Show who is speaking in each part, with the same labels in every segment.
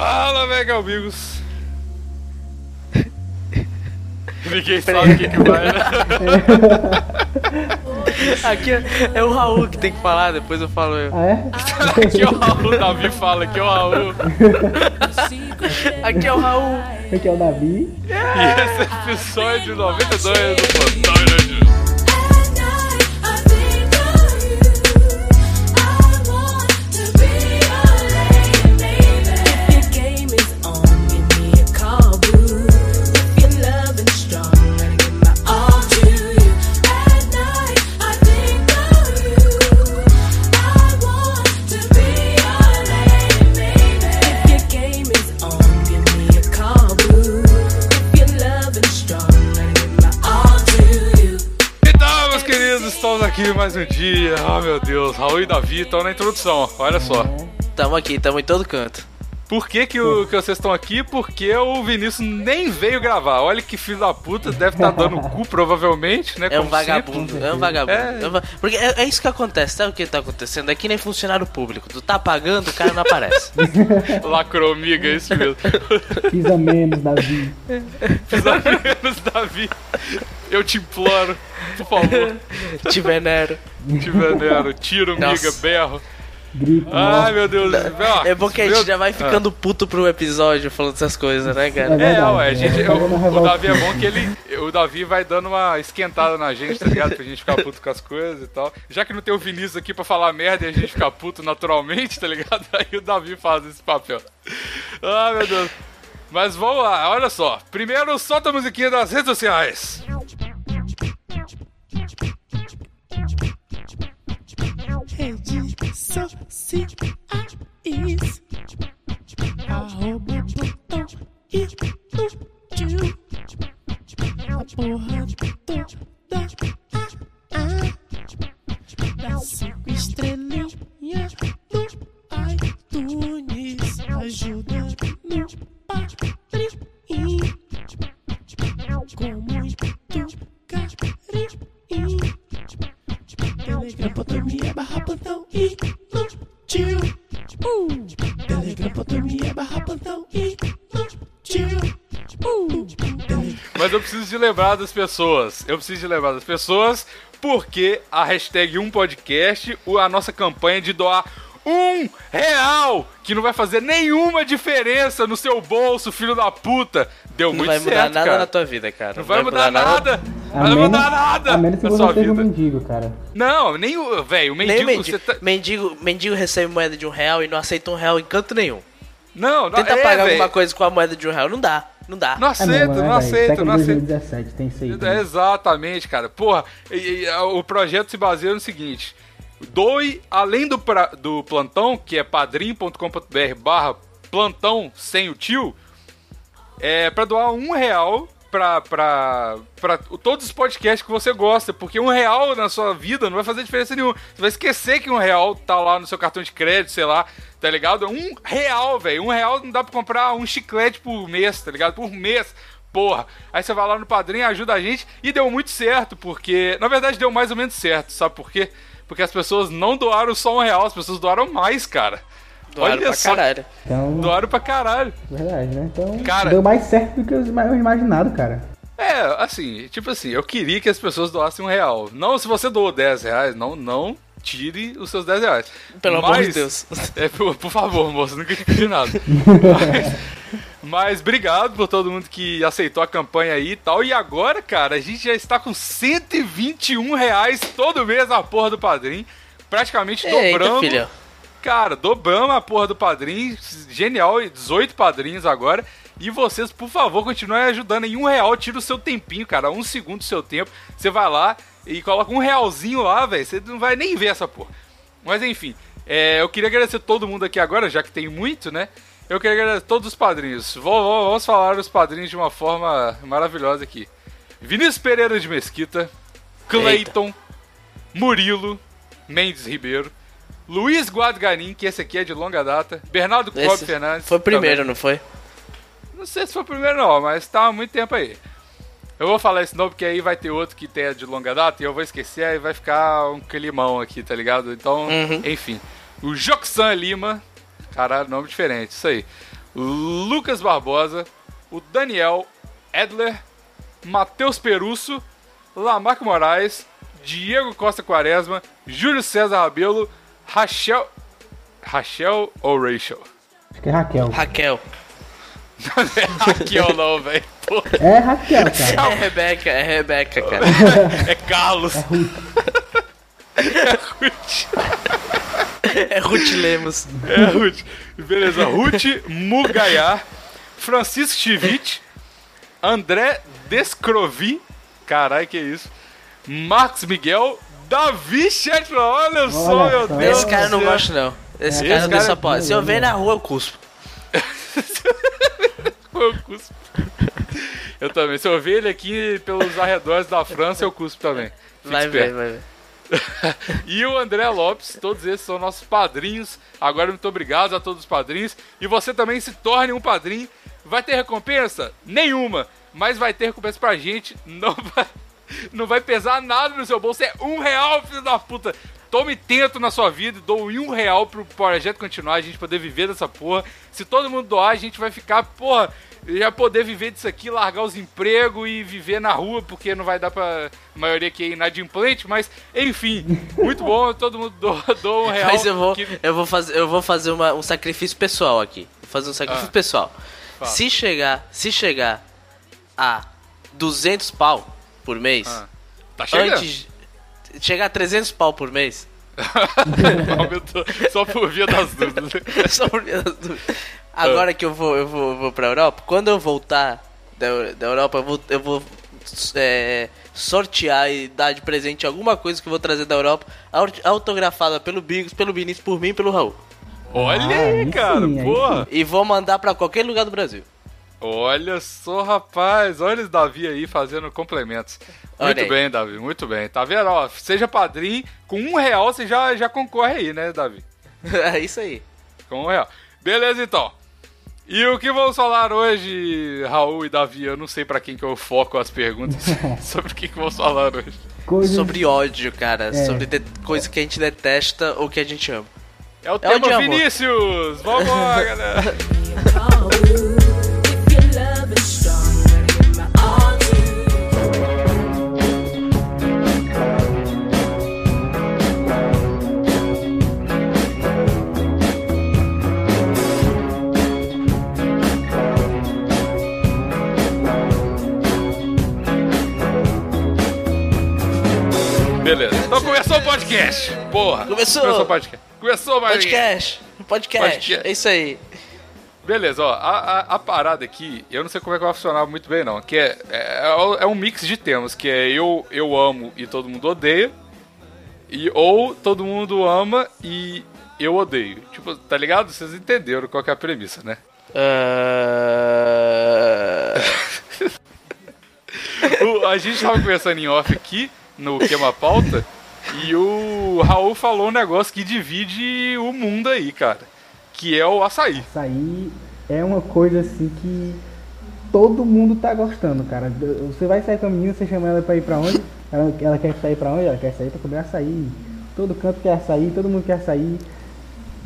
Speaker 1: Fala, mega amigos! Ninguém sabe o que, que vai, né?
Speaker 2: Aqui é, é o Raul que tem que falar, depois eu falo eu.
Speaker 3: Ah, é?
Speaker 1: aqui é o Raul, o Davi fala, aqui é o Raul.
Speaker 2: Aqui é o Raul.
Speaker 3: Aqui é o Davi.
Speaker 1: E esse é o episódio 92 do Fantástico. Então, meus queridos, estamos aqui mais um dia. Ah, meu Deus, Raul e Davi estão na introdução, olha só.
Speaker 2: Tamo aqui, tamo em todo canto.
Speaker 1: Por que, que, o- que vocês estão aqui? Porque o Vinícius nem veio gravar. Olha que filho da puta, deve estar dando o cu, provavelmente, né?
Speaker 2: É um
Speaker 1: como sempre.
Speaker 2: vagabundo, é um vagabundo.
Speaker 1: É.
Speaker 2: É um va- Porque é, é isso que acontece, sabe o que tá acontecendo? É que nem funcionário público. Tu tá pagando, o cara não aparece.
Speaker 1: Lacromiga, é isso mesmo.
Speaker 3: Pisa menos, Davi.
Speaker 1: Pisa menos, Davi. Eu te imploro, por favor.
Speaker 2: Te venero.
Speaker 1: Te venero. Tiro, miga,
Speaker 2: Nossa.
Speaker 1: um berro.
Speaker 3: Grito.
Speaker 1: Ai, meu Deus. Ó,
Speaker 2: É bom que a
Speaker 1: meu-
Speaker 2: gente já vai ficando puto pro episódio falando essas coisas, né, cara?
Speaker 1: É,
Speaker 3: Verdade,
Speaker 1: ué, a gente,
Speaker 3: é.
Speaker 1: o, o Davi é bom que ele. O Davi vai dando uma esquentada na gente, tá ligado? Pra gente ficar puto com as coisas e tal. Já que não tem o Vinícius aqui pra falar merda e a gente ficar puto naturalmente, tá ligado? Aí o Davi faz esse papel. Ah, meu Deus. Mas vamos lá, olha só. Primeiro, solta a musiquinha das redes sociais.
Speaker 4: Redes sociais Arroba botão inútil A porra toda ah, ah. Dá cinco estrelinhas no iTunes Ajuda no padrinho Com muito carinho Telegram.me barra plantão inútil. Uh! Telegram.me barra plantão inútil. Uh! Telegram.
Speaker 1: Mas eu preciso de lembrar das pessoas. Eu preciso de lembrar das pessoas porque a hashtag 1 podcast, o- a nossa campanha de doar um real, que não vai fazer nenhuma diferença no seu bolso, filho da puta. Deu
Speaker 2: Não
Speaker 1: muito
Speaker 2: vai mudar
Speaker 1: certo,
Speaker 2: nada
Speaker 1: cara.
Speaker 2: na tua vida, cara.
Speaker 1: Não vai mudar nada. Não vai mudar nada
Speaker 3: a menos que
Speaker 1: na
Speaker 3: você
Speaker 1: sua
Speaker 3: seja um
Speaker 1: vida.
Speaker 3: mendigo, cara.
Speaker 1: Não, nem o. Velho, o
Speaker 2: Nem
Speaker 1: mendigo.
Speaker 2: mendigo.
Speaker 1: Você tá...
Speaker 2: mendigo. Mendigo recebe moeda de um real e não aceita um real em canto nenhum.
Speaker 1: Não, não
Speaker 2: Tenta
Speaker 1: é,
Speaker 2: pagar
Speaker 1: velho.
Speaker 2: alguma coisa com a moeda de um real. Não dá. Não dá.
Speaker 1: Não
Speaker 3: É
Speaker 1: aceita,
Speaker 3: mesmo, né,
Speaker 1: não
Speaker 3: velho?
Speaker 1: aceita,
Speaker 3: Século
Speaker 1: não aceita.
Speaker 3: 2017, tem seis.
Speaker 1: É,
Speaker 3: né?
Speaker 1: Exatamente, cara. Porra, e- e, a- o projeto se baseia no seguinte: doe, além do, pra- do plantão, que é padrim.com.br barra plantão sem o tio, é pra doar um real pra, pra, pra todos os podcasts que você gosta, porque um real na sua vida não vai fazer diferença nenhuma. Você vai esquecer que um real tá lá no seu cartão de crédito, sei lá, tá ligado? Um real, velho. Um real não dá pra comprar um chiclete por mês, tá ligado? Por mês. Porra, aí você vai lá no padrinho, ajuda a gente e deu muito certo, porque na verdade deu mais ou menos certo, sabe por quê? Porque as pessoas não doaram só um real, as pessoas doaram mais, cara.
Speaker 2: Doaram pra
Speaker 1: só,
Speaker 2: caralho.
Speaker 3: Então,
Speaker 1: doaram pra caralho.
Speaker 3: verdade, né? Então,
Speaker 1: Cara-
Speaker 3: deu mais certo do que eu ima- eu imaginado, cara.
Speaker 1: É, assim, tipo assim, eu queria que as pessoas doassem um real. Não, se você doou 10 reais, não, não tire os seus 10 reais.
Speaker 2: Pelo amor
Speaker 1: Mas-
Speaker 2: de Deus.
Speaker 1: É, por, por favor, moço, nunca te pedi nada. mas, mas obrigado por todo mundo que aceitou a campanha aí e tal. E agora, cara, a gente já está com 121 reais todo mês na porra do padrinho. Praticamente
Speaker 2: Eita,
Speaker 1: dobrando.
Speaker 2: filho.
Speaker 1: Cara, dobramos a porra do padrinho. Genial, e 18 padrinhos agora. E vocês, por favor, continuem ajudando. Em um real, tira o seu tempinho, cara. Um segundo do seu tempo. Você vai lá e coloca um realzinho lá, velho. Você não vai nem ver essa porra. Mas enfim, é, eu queria agradecer todo mundo aqui agora, já que tem muito, né? Eu queria agradecer todos os padrinhos. Vou- vou- Vamos falar os padrinhos de uma forma maravilhosa aqui. Vinícius Pereira de Mesquita, Clayton, Murilo, Mendes Ribeiro, Luiz Guadganin, que esse aqui é de longa data, Bernardo Cobb
Speaker 2: Esse
Speaker 1: Fernandes.
Speaker 2: foi o primeiro,
Speaker 1: né? também.
Speaker 2: não foi?
Speaker 1: Não sei se foi o primeiro não, mas tá há muito tempo aí. Eu vou falar esse nome porque aí vai ter outro que tenha de longa data e eu vou esquecer, aí vai ficar um climão aqui, tá ligado? Então,
Speaker 2: Uhum.
Speaker 1: enfim. O Joxan Lima. Caralho, nome diferente, isso aí. Lucas Barbosa, o Daniel Edler, Matheus Perusso, Lamarco Moraes, Diego Costa Quaresma, Júlio César Rabelo, Rachel. Rachel ou Rachel?
Speaker 3: Acho que é Raquel.
Speaker 2: Raquel.
Speaker 1: Não é Raquel, não, velho. Pô,
Speaker 3: É Raquel, cara.
Speaker 2: É Rebeca, é Rebeca, cara.
Speaker 1: É Carlos. É Ruth.
Speaker 2: É Ruth Lemos.
Speaker 1: É a Ruth. Beleza, Ruth Mugaiá, Francisco Chivit, André Descrovi, carai que isso, Marcos Miguel, Davi Schettler, olha só,
Speaker 3: Olha
Speaker 1: meu
Speaker 3: só.
Speaker 1: Deus
Speaker 2: Esse cara eu
Speaker 1: do
Speaker 2: não
Speaker 1: céu.
Speaker 2: gosto, não. Esse
Speaker 1: Esse
Speaker 2: cara
Speaker 1: cara
Speaker 2: não deu
Speaker 1: é
Speaker 2: só pode. Se eu ver na rua, eu cuspo.
Speaker 1: Eu cuspo. Eu também, se eu ver ele aqui pelos arredores da França, eu cuspo também. Fique
Speaker 2: Vai ver,
Speaker 1: esperto.
Speaker 2: vai ver.
Speaker 1: e o André Lopes, todos esses são nossos padrinhos. Agora, muito obrigado a todos os padrinhos. E você também se torne um padrinho. Vai ter recompensa? Nenhuma. Mas vai ter recompensa pra gente. Não vai, não vai pesar nada no seu bolso. É um real, filho da puta. Tome tento na sua vida e doe um real pro projeto continuar, a gente poder viver dessa porra. Se todo mundo doar, a gente vai ficar, porra, já poder viver disso aqui, largar os empregos e viver na rua, porque não vai dar pra maioria que é inadimplente, mas enfim, muito bom, todo mundo doa, doa um real.
Speaker 2: Mas eu vou,
Speaker 1: que-
Speaker 2: eu vou fazer, eu vou fazer uma- um sacrifício pessoal aqui. Vou fazer um sacrifício
Speaker 1: Ah.
Speaker 2: pessoal. Se chegar, se chegar a 200 pau por mês,
Speaker 1: Ah. Tá chegando.
Speaker 2: antes de chegar a 300 pau por mês,
Speaker 1: Aumentou, só por via das dúvidas.
Speaker 2: só por minhas dúvidas.
Speaker 1: Ah.
Speaker 2: agora que eu vou, eu vou, eu vou pra Europa, quando eu voltar da, Eu- da Europa, eu vou, eu vou é, sortear e dar de presente alguma coisa que eu vou trazer da Europa, aut- autografada pelo Bigos, pelo Vinícius, por mim e pelo Raul.
Speaker 1: Olha
Speaker 3: Ah,
Speaker 1: aí,
Speaker 3: aí
Speaker 1: cara,
Speaker 3: sim, aí
Speaker 1: porra.
Speaker 2: E vou mandar pra qualquer lugar do Brasil.
Speaker 1: Olha só, rapaz. Olha o Davi aí fazendo complementos.
Speaker 2: Olha
Speaker 1: muito
Speaker 2: aí.
Speaker 1: bem, Davi, muito bem. Tá vendo? Ó, seja padrinho, com um real você já, já concorre aí, né, Davi?
Speaker 2: É isso aí.
Speaker 1: Com um real. Beleza, então. E o que vamos falar hoje, Raul e Davi? Eu não sei pra quem que eu foco as perguntas sobre o que, que vamos falar hoje.
Speaker 3: Coisas...
Speaker 2: Sobre ódio, cara.
Speaker 3: É.
Speaker 2: Sobre de- coisa que a gente detesta ou que a gente ama.
Speaker 1: É o
Speaker 2: de
Speaker 1: tema
Speaker 2: amor.
Speaker 1: Vinícius! Vamos lá, galera!
Speaker 5: If your love is stronger than my arms,
Speaker 1: Beleza, então começou o podcast! Porra!
Speaker 2: Começou.
Speaker 1: Começou o podcast! Começou, Marinho!
Speaker 2: Podcast! Podcast!
Speaker 1: Podcast.
Speaker 2: É isso aí.
Speaker 1: Beleza, ó, a, a, a parada aqui, eu não sei como é que vai funcionar muito bem, não. Que é, é, é um mix de temas, que é eu, eu amo e todo mundo odeia, e, ou todo mundo ama e eu odeio. Tipo, tá ligado? Vocês entenderam qual que é a premissa, né?
Speaker 2: Ah,
Speaker 1: O- a gente tava conversando em off aqui, no Queima Pauta, e o Raul falou um negócio que divide o mundo aí, cara. Que é o açaí.
Speaker 3: Isso aí é uma coisa assim que todo mundo tá gostando, cara. Você vai sair com a menina, você chama ela pra ir pra onde? Ela, ela quer sair pra onde? Ela quer sair pra comer açaí. Todo canto quer açaí, todo mundo quer açaí.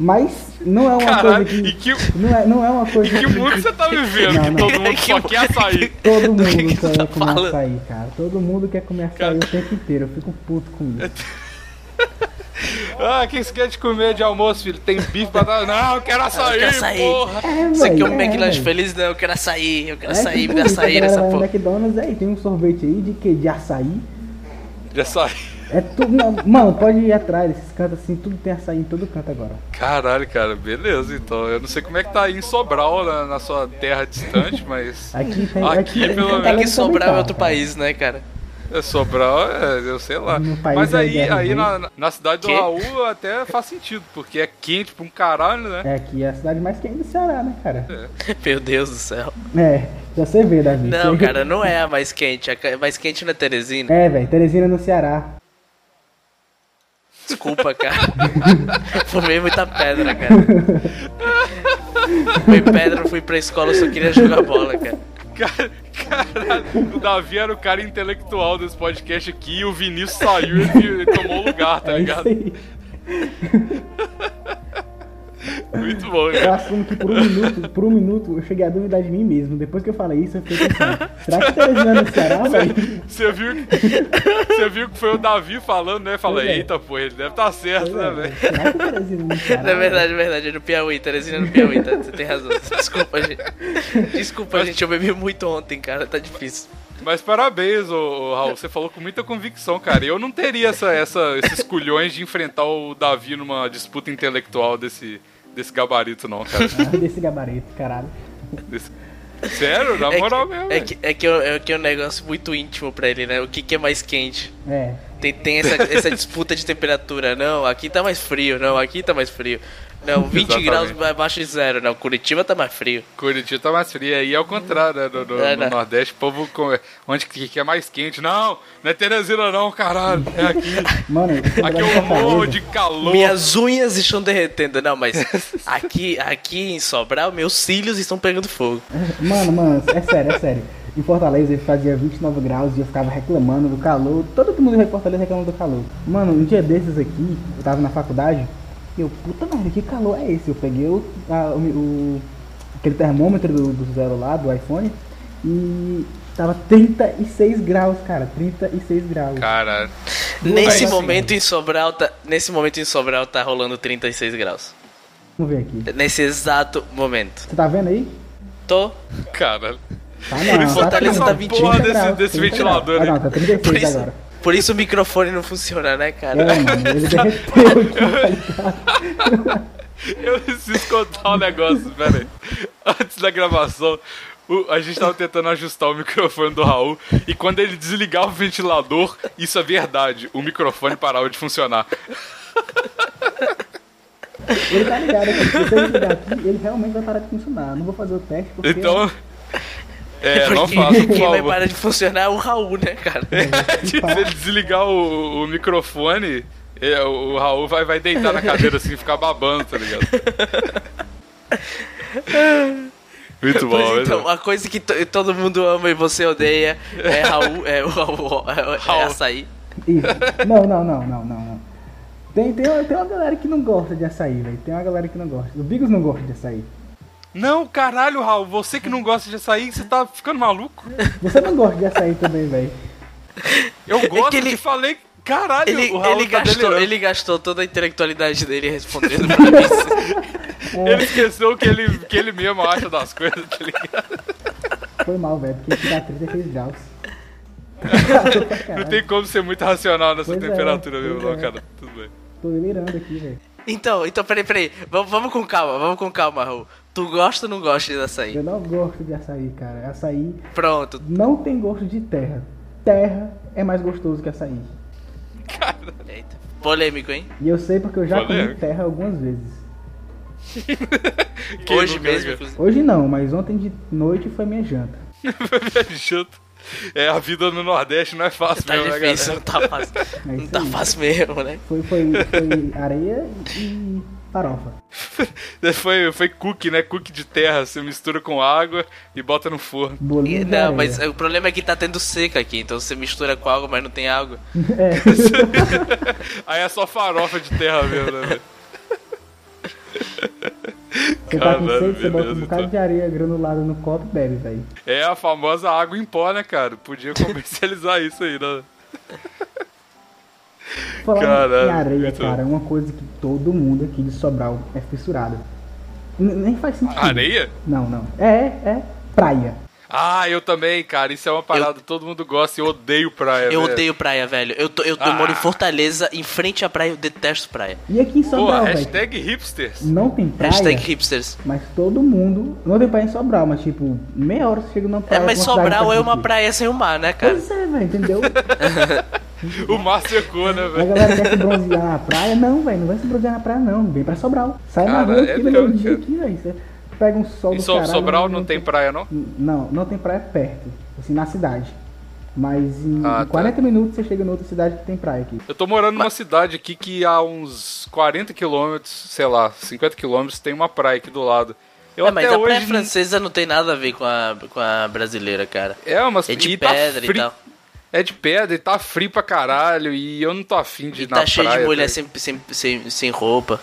Speaker 3: Mas não é uma
Speaker 1: Caralho,
Speaker 3: coisa
Speaker 1: e
Speaker 3: que.
Speaker 1: que,
Speaker 3: Não é, não é uma coisa
Speaker 1: que mundo você tá vivendo que
Speaker 3: Não, não.
Speaker 1: todo mundo só quer açaí?
Speaker 3: Todo mundo
Speaker 2: que que
Speaker 3: quer
Speaker 2: você tá
Speaker 3: comer
Speaker 2: falando?
Speaker 3: açaí, cara. Todo mundo quer comer açaí
Speaker 1: Cara.
Speaker 3: o tempo inteiro. Eu fico puto com isso.
Speaker 1: Ah, o que você quer de comer de almoço, filho? Tem bife batata? Não, eu quero açaí,
Speaker 2: quero açaí.
Speaker 1: porra!
Speaker 3: É,
Speaker 2: Você quer
Speaker 3: velho,
Speaker 2: um
Speaker 3: é,
Speaker 2: McLanche
Speaker 3: velho.
Speaker 2: feliz? Não, eu quero açaí, eu quero
Speaker 3: É,
Speaker 2: açaí,
Speaker 3: tipo
Speaker 2: me dá
Speaker 3: isso, a
Speaker 2: açaí
Speaker 3: galera
Speaker 2: nessa
Speaker 3: vai no
Speaker 2: porra.
Speaker 3: McDonald's aí, tem um sorvete aí de que? De açaí.
Speaker 1: De açaí.
Speaker 3: É tudo. não, mano, pode ir atrás desses cantos assim, tudo tem açaí em todo canto agora.
Speaker 1: Caralho, cara, beleza, então. Eu não sei como é que tá aí em Sobral, na, na sua terra distante, mas...
Speaker 3: Aqui tem.
Speaker 1: Aqui, pelo
Speaker 3: tem
Speaker 1: menos.
Speaker 2: Tem
Speaker 3: talento
Speaker 2: que sobrar em
Speaker 3: também,
Speaker 2: outro
Speaker 3: cara.
Speaker 2: país, né, cara?
Speaker 1: É, Sobral, é, eu sei lá.
Speaker 3: No país
Speaker 1: Mas
Speaker 3: da
Speaker 1: aí,
Speaker 3: guerra
Speaker 1: aí
Speaker 3: do
Speaker 1: na, na- na cidade do
Speaker 2: Quê?
Speaker 1: Raul até faz sentido, porque é quente pra um caralho, né?
Speaker 3: É, aqui é a cidade mais quente do Ceará, né, cara?
Speaker 2: Meu Deus do céu.
Speaker 3: É, já você vê, Davi.
Speaker 2: Não,
Speaker 3: Você-
Speaker 2: cara, não é a mais quente. A ca- mais quente não é Teresina.
Speaker 3: É, velho, Teresina no Ceará.
Speaker 2: Desculpa, cara. Fumei muita pedra, cara. Fumei pedra, fui pra escola, eu só queria jogar bola, cara.
Speaker 1: Cara- Caralho, o Davi era o cara intelectual desse podcast aqui e o Vinícius saiu Tá e ele tomou o lugar, tá
Speaker 3: É isso
Speaker 1: ligado?
Speaker 3: aí.
Speaker 1: Muito bom,
Speaker 3: Eu
Speaker 1: cara.
Speaker 3: assumo que por um minuto, por um minuto, eu cheguei a duvidar de mim mesmo. Depois que eu falei isso, eu fiquei pensando, será que Teresina é do Ceará, velho?
Speaker 1: Você viu, você viu que foi o Davi falando, né? Fala,
Speaker 3: Pois é.
Speaker 1: eita, pô, ele deve estar certo,
Speaker 2: é.
Speaker 1: né, velho?
Speaker 3: Será que Teresina é do Ceará?
Speaker 2: Na verdade, na verdade, é no Piauí, Teresina é no Piauí, tá? Você tem razão. Desculpa, gente. Desculpa, gente, eu bebi muito ontem, cara, tá difícil.
Speaker 1: Mas parabéns, ô, ô, Raul. Você falou com muita convicção, cara. Eu não teria essa, essa- esses culhões de enfrentar o Davi numa disputa intelectual desse, desse gabarito, não, cara.
Speaker 3: Ah, Desse gabarito, caralho.
Speaker 1: Desse- Sério, na
Speaker 2: É que-
Speaker 1: moral mesmo.
Speaker 2: É
Speaker 1: velho.
Speaker 2: que, é, que é, um- é que é um negócio muito íntimo pra ele, né? O que, que é mais quente?
Speaker 3: É.
Speaker 2: Tem, tem essa, essa disputa de temperatura. Não, aqui tá mais frio. Não, aqui tá mais frio. Não, 20
Speaker 1: Exatamente.
Speaker 2: graus abaixo de zero. Não, Curitiba tá mais frio.
Speaker 1: Curitiba tá mais fria. E é o contrário, né? No, no-
Speaker 2: É,
Speaker 1: no
Speaker 2: né?
Speaker 1: Nordeste, o povo. come- Onde que, que é mais quente? Não, não é Teresina, não, caralho. É aqui.
Speaker 3: Mano,
Speaker 1: Aqui é eu morro de calor.
Speaker 2: Minhas unhas estão derretendo. Não, mas aqui, aqui em Sobral, meus cílios estão pegando fogo.
Speaker 3: Mano, mano, é sério, é sério. Em Fortaleza eu fazia 29 graus e eu ficava reclamando do calor. Todo mundo em Fortaleza reclamando do calor. Mano, um dia desses aqui, eu tava na faculdade, e eu, puta merda, que calor é esse? Eu peguei o, a- o- o- aquele termômetro do, do celular, do iPhone, e tava 36 graus, cara. 36 graus.
Speaker 1: Cara,
Speaker 2: Nesse
Speaker 3: Mas-
Speaker 2: momento em Sobral tá, nesse momento em Sobral tá rolando 36 graus.
Speaker 3: Vamos ver aqui.
Speaker 2: Nesse exato momento.
Speaker 3: Você tá vendo aí?
Speaker 2: Tô.
Speaker 1: cara.
Speaker 3: Tá não, tá
Speaker 2: Fortaleza tá
Speaker 3: trinta,
Speaker 2: 28
Speaker 3: trinta
Speaker 1: desse-
Speaker 3: graus,
Speaker 1: desse
Speaker 3: 30
Speaker 1: ventilador né?
Speaker 3: graus.
Speaker 1: aí.
Speaker 3: Ah, não, tá
Speaker 2: Por
Speaker 3: 36
Speaker 2: isso,
Speaker 3: agora.
Speaker 2: por isso o microfone não funciona, né,
Speaker 3: É,
Speaker 2: cara?
Speaker 3: mano, ele derreteu aqui, tá ligado?
Speaker 1: Eu preciso contar um negócio, pera aí. Antes da gravação, o- a gente tava tentando ajustar o microfone do Raul e quando ele desligar o ventilador, isso é verdade, o microfone parava de funcionar.
Speaker 3: Ele tá ligado aqui. Se eu ligar aqui, ele realmente vai parar de funcionar. Eu Não vou fazer o teste porque.
Speaker 1: Então. É, não
Speaker 2: Porque
Speaker 1: faça, por
Speaker 2: quem vai
Speaker 1: favor.
Speaker 2: parar de funcionar é o Raul, né, cara?
Speaker 1: Se ele desligar o, o microfone, é, o Raul vai, vai deitar na cadeira assim e ficar babando, tá ligado? Muito bom,
Speaker 2: Pois
Speaker 1: muito
Speaker 2: então,
Speaker 1: bom.
Speaker 2: a coisa que to- todo mundo ama e você odeia é Raul, é o Raul, é, o- é
Speaker 1: Raul.
Speaker 2: açaí.
Speaker 3: Isso. Não, não, não, não, não. não. Tem, tem, uma- tem uma galera que não gosta de açaí, velho. Tem uma galera que não gosta. O Bigos não gosta de açaí.
Speaker 1: Não, caralho, Raul, você que não gosta de açaí, você tá ficando maluco?
Speaker 3: Você não gosta de açaí também, velho.
Speaker 1: Eu gosto
Speaker 2: É que ele-
Speaker 1: que falei. Caralho,
Speaker 2: Ele,
Speaker 1: o Raul
Speaker 2: ele,
Speaker 1: tá
Speaker 2: gastou,
Speaker 1: delirando.
Speaker 2: ele gastou toda a intelectualidade dele respondendo pra mim.
Speaker 3: É.
Speaker 1: Ele esqueceu o que ele, que ele mesmo acha das coisas, tá ligado?
Speaker 3: Foi mal, velho, porque aqui dá 36 graus.
Speaker 1: Não tem como ser muito racional nessa
Speaker 3: Pois é,
Speaker 1: temperatura mesmo,
Speaker 3: pois
Speaker 1: não,
Speaker 3: é.
Speaker 1: cara. Tudo bem.
Speaker 3: Tô delirando aqui, velho.
Speaker 2: Então, então, peraí, peraí. Vamos, vamos com calma, vamos com calma, Raul. Tu gosta ou não gosta de açaí?
Speaker 3: Eu não gosto de açaí, cara. Açaí
Speaker 2: Pronto.
Speaker 3: não tem gosto de terra. Terra é mais gostoso que açaí.
Speaker 2: Eita. Polêmico, hein?
Speaker 3: E eu sei porque eu já
Speaker 1: Valeu.
Speaker 3: comi terra algumas vezes.
Speaker 1: Quem
Speaker 2: Hoje
Speaker 1: nunca,
Speaker 2: mesmo,
Speaker 1: né,
Speaker 2: inclusive.
Speaker 3: Hoje não, mas ontem de noite foi minha janta.
Speaker 1: cara? Junto. É, a vida no Nordeste não é fácil
Speaker 2: Tá
Speaker 1: mesmo, né,
Speaker 2: difícil,
Speaker 1: galera?
Speaker 2: não tá fácil. Não
Speaker 3: isso
Speaker 2: tá
Speaker 3: aí.
Speaker 2: fácil mesmo, né?
Speaker 3: Foi, foi, foi areia e farofa.
Speaker 1: É, Foi, foi cookie, né? Cookie de terra. Você mistura com água e bota no forno.
Speaker 3: Bolinho de
Speaker 2: Não,
Speaker 3: areia.
Speaker 2: mas o problema é que tá tendo seca aqui, então você mistura com água, mas não tem água.
Speaker 3: É,
Speaker 1: Aí é só farofa de terra mesmo, né? velho?
Speaker 3: você tá com
Speaker 1: Caralho,
Speaker 3: sede, você bota um
Speaker 1: beleza,
Speaker 3: bocado
Speaker 1: então.
Speaker 3: de areia granulada no copo e bebe, velho.
Speaker 1: É a famosa água em pó, né, cara? Podia comercializar isso aí, né?
Speaker 3: Falar
Speaker 1: Caralho,
Speaker 3: em areia,
Speaker 1: então.
Speaker 3: cara, é uma coisa que todo mundo aqui de Sobral é fissurado. N- nem faz sentido.
Speaker 1: Areia?
Speaker 3: Não, não. É, é praia.
Speaker 1: Ah, eu também, cara. Isso é uma parada que todo mundo gosta. Eu odeio praia.
Speaker 2: Eu
Speaker 1: velho.
Speaker 2: odeio praia, velho. Eu, tô- eu, eu
Speaker 1: É Ah.
Speaker 2: moro em Fortaleza, em frente à praia, eu detesto praia.
Speaker 3: E aqui em
Speaker 1: Porra,
Speaker 3: Sobral, velho,
Speaker 1: hashtag hipsters.
Speaker 3: não tem praia,
Speaker 2: Hashtag hipsters.
Speaker 3: mas todo mundo... Não tem praia em Sobral, mas tipo, meia hora você chega numa
Speaker 2: É,
Speaker 3: praia.
Speaker 2: mas
Speaker 3: numa cidade
Speaker 2: Sobral
Speaker 3: perto
Speaker 2: é
Speaker 3: de
Speaker 2: uma
Speaker 3: ti.
Speaker 2: praia sem o mar, né, cara?
Speaker 3: Pois é, velho, entendeu?
Speaker 1: O mar secou, né,
Speaker 3: A
Speaker 1: velho?
Speaker 3: galera quer se bronzear na praia? Não, velho, não vai se bronzear na praia, não. Vem pra Sobral. Sai na
Speaker 1: Cara,
Speaker 3: rua
Speaker 1: é
Speaker 3: aqui, no meio
Speaker 1: pior,
Speaker 3: dia
Speaker 1: cara.
Speaker 3: aqui, velho. Você pega um
Speaker 2: é
Speaker 3: sol
Speaker 1: Em
Speaker 3: do
Speaker 1: So-
Speaker 3: caralho.
Speaker 1: Sobral
Speaker 2: né?
Speaker 1: não tem praia, não?
Speaker 3: Não, não tem praia perto, assim, na cidade. Mas em
Speaker 1: Ah,
Speaker 3: em
Speaker 1: tá.
Speaker 3: 40 minutos você chega em outra cidade que tem praia aqui.
Speaker 1: Eu tô morando numa cidade aqui que há uns 40 quilômetros, sei lá, 50 quilômetros, tem uma praia aqui do lado. Eu
Speaker 2: É,
Speaker 1: até
Speaker 2: mas a
Speaker 1: hoje...
Speaker 2: praia francesa não tem nada a ver com a, com a brasileira, cara.
Speaker 1: É, umas...
Speaker 2: É de
Speaker 1: e tá
Speaker 2: pedra e
Speaker 1: frio-
Speaker 2: tal.
Speaker 1: É de pedra e tá frio pra caralho e eu não tô afim de
Speaker 2: E
Speaker 1: ir na
Speaker 2: tá cheio
Speaker 1: praia,
Speaker 2: de mulher
Speaker 1: velho.
Speaker 2: sem, sem, sem, sem roupa.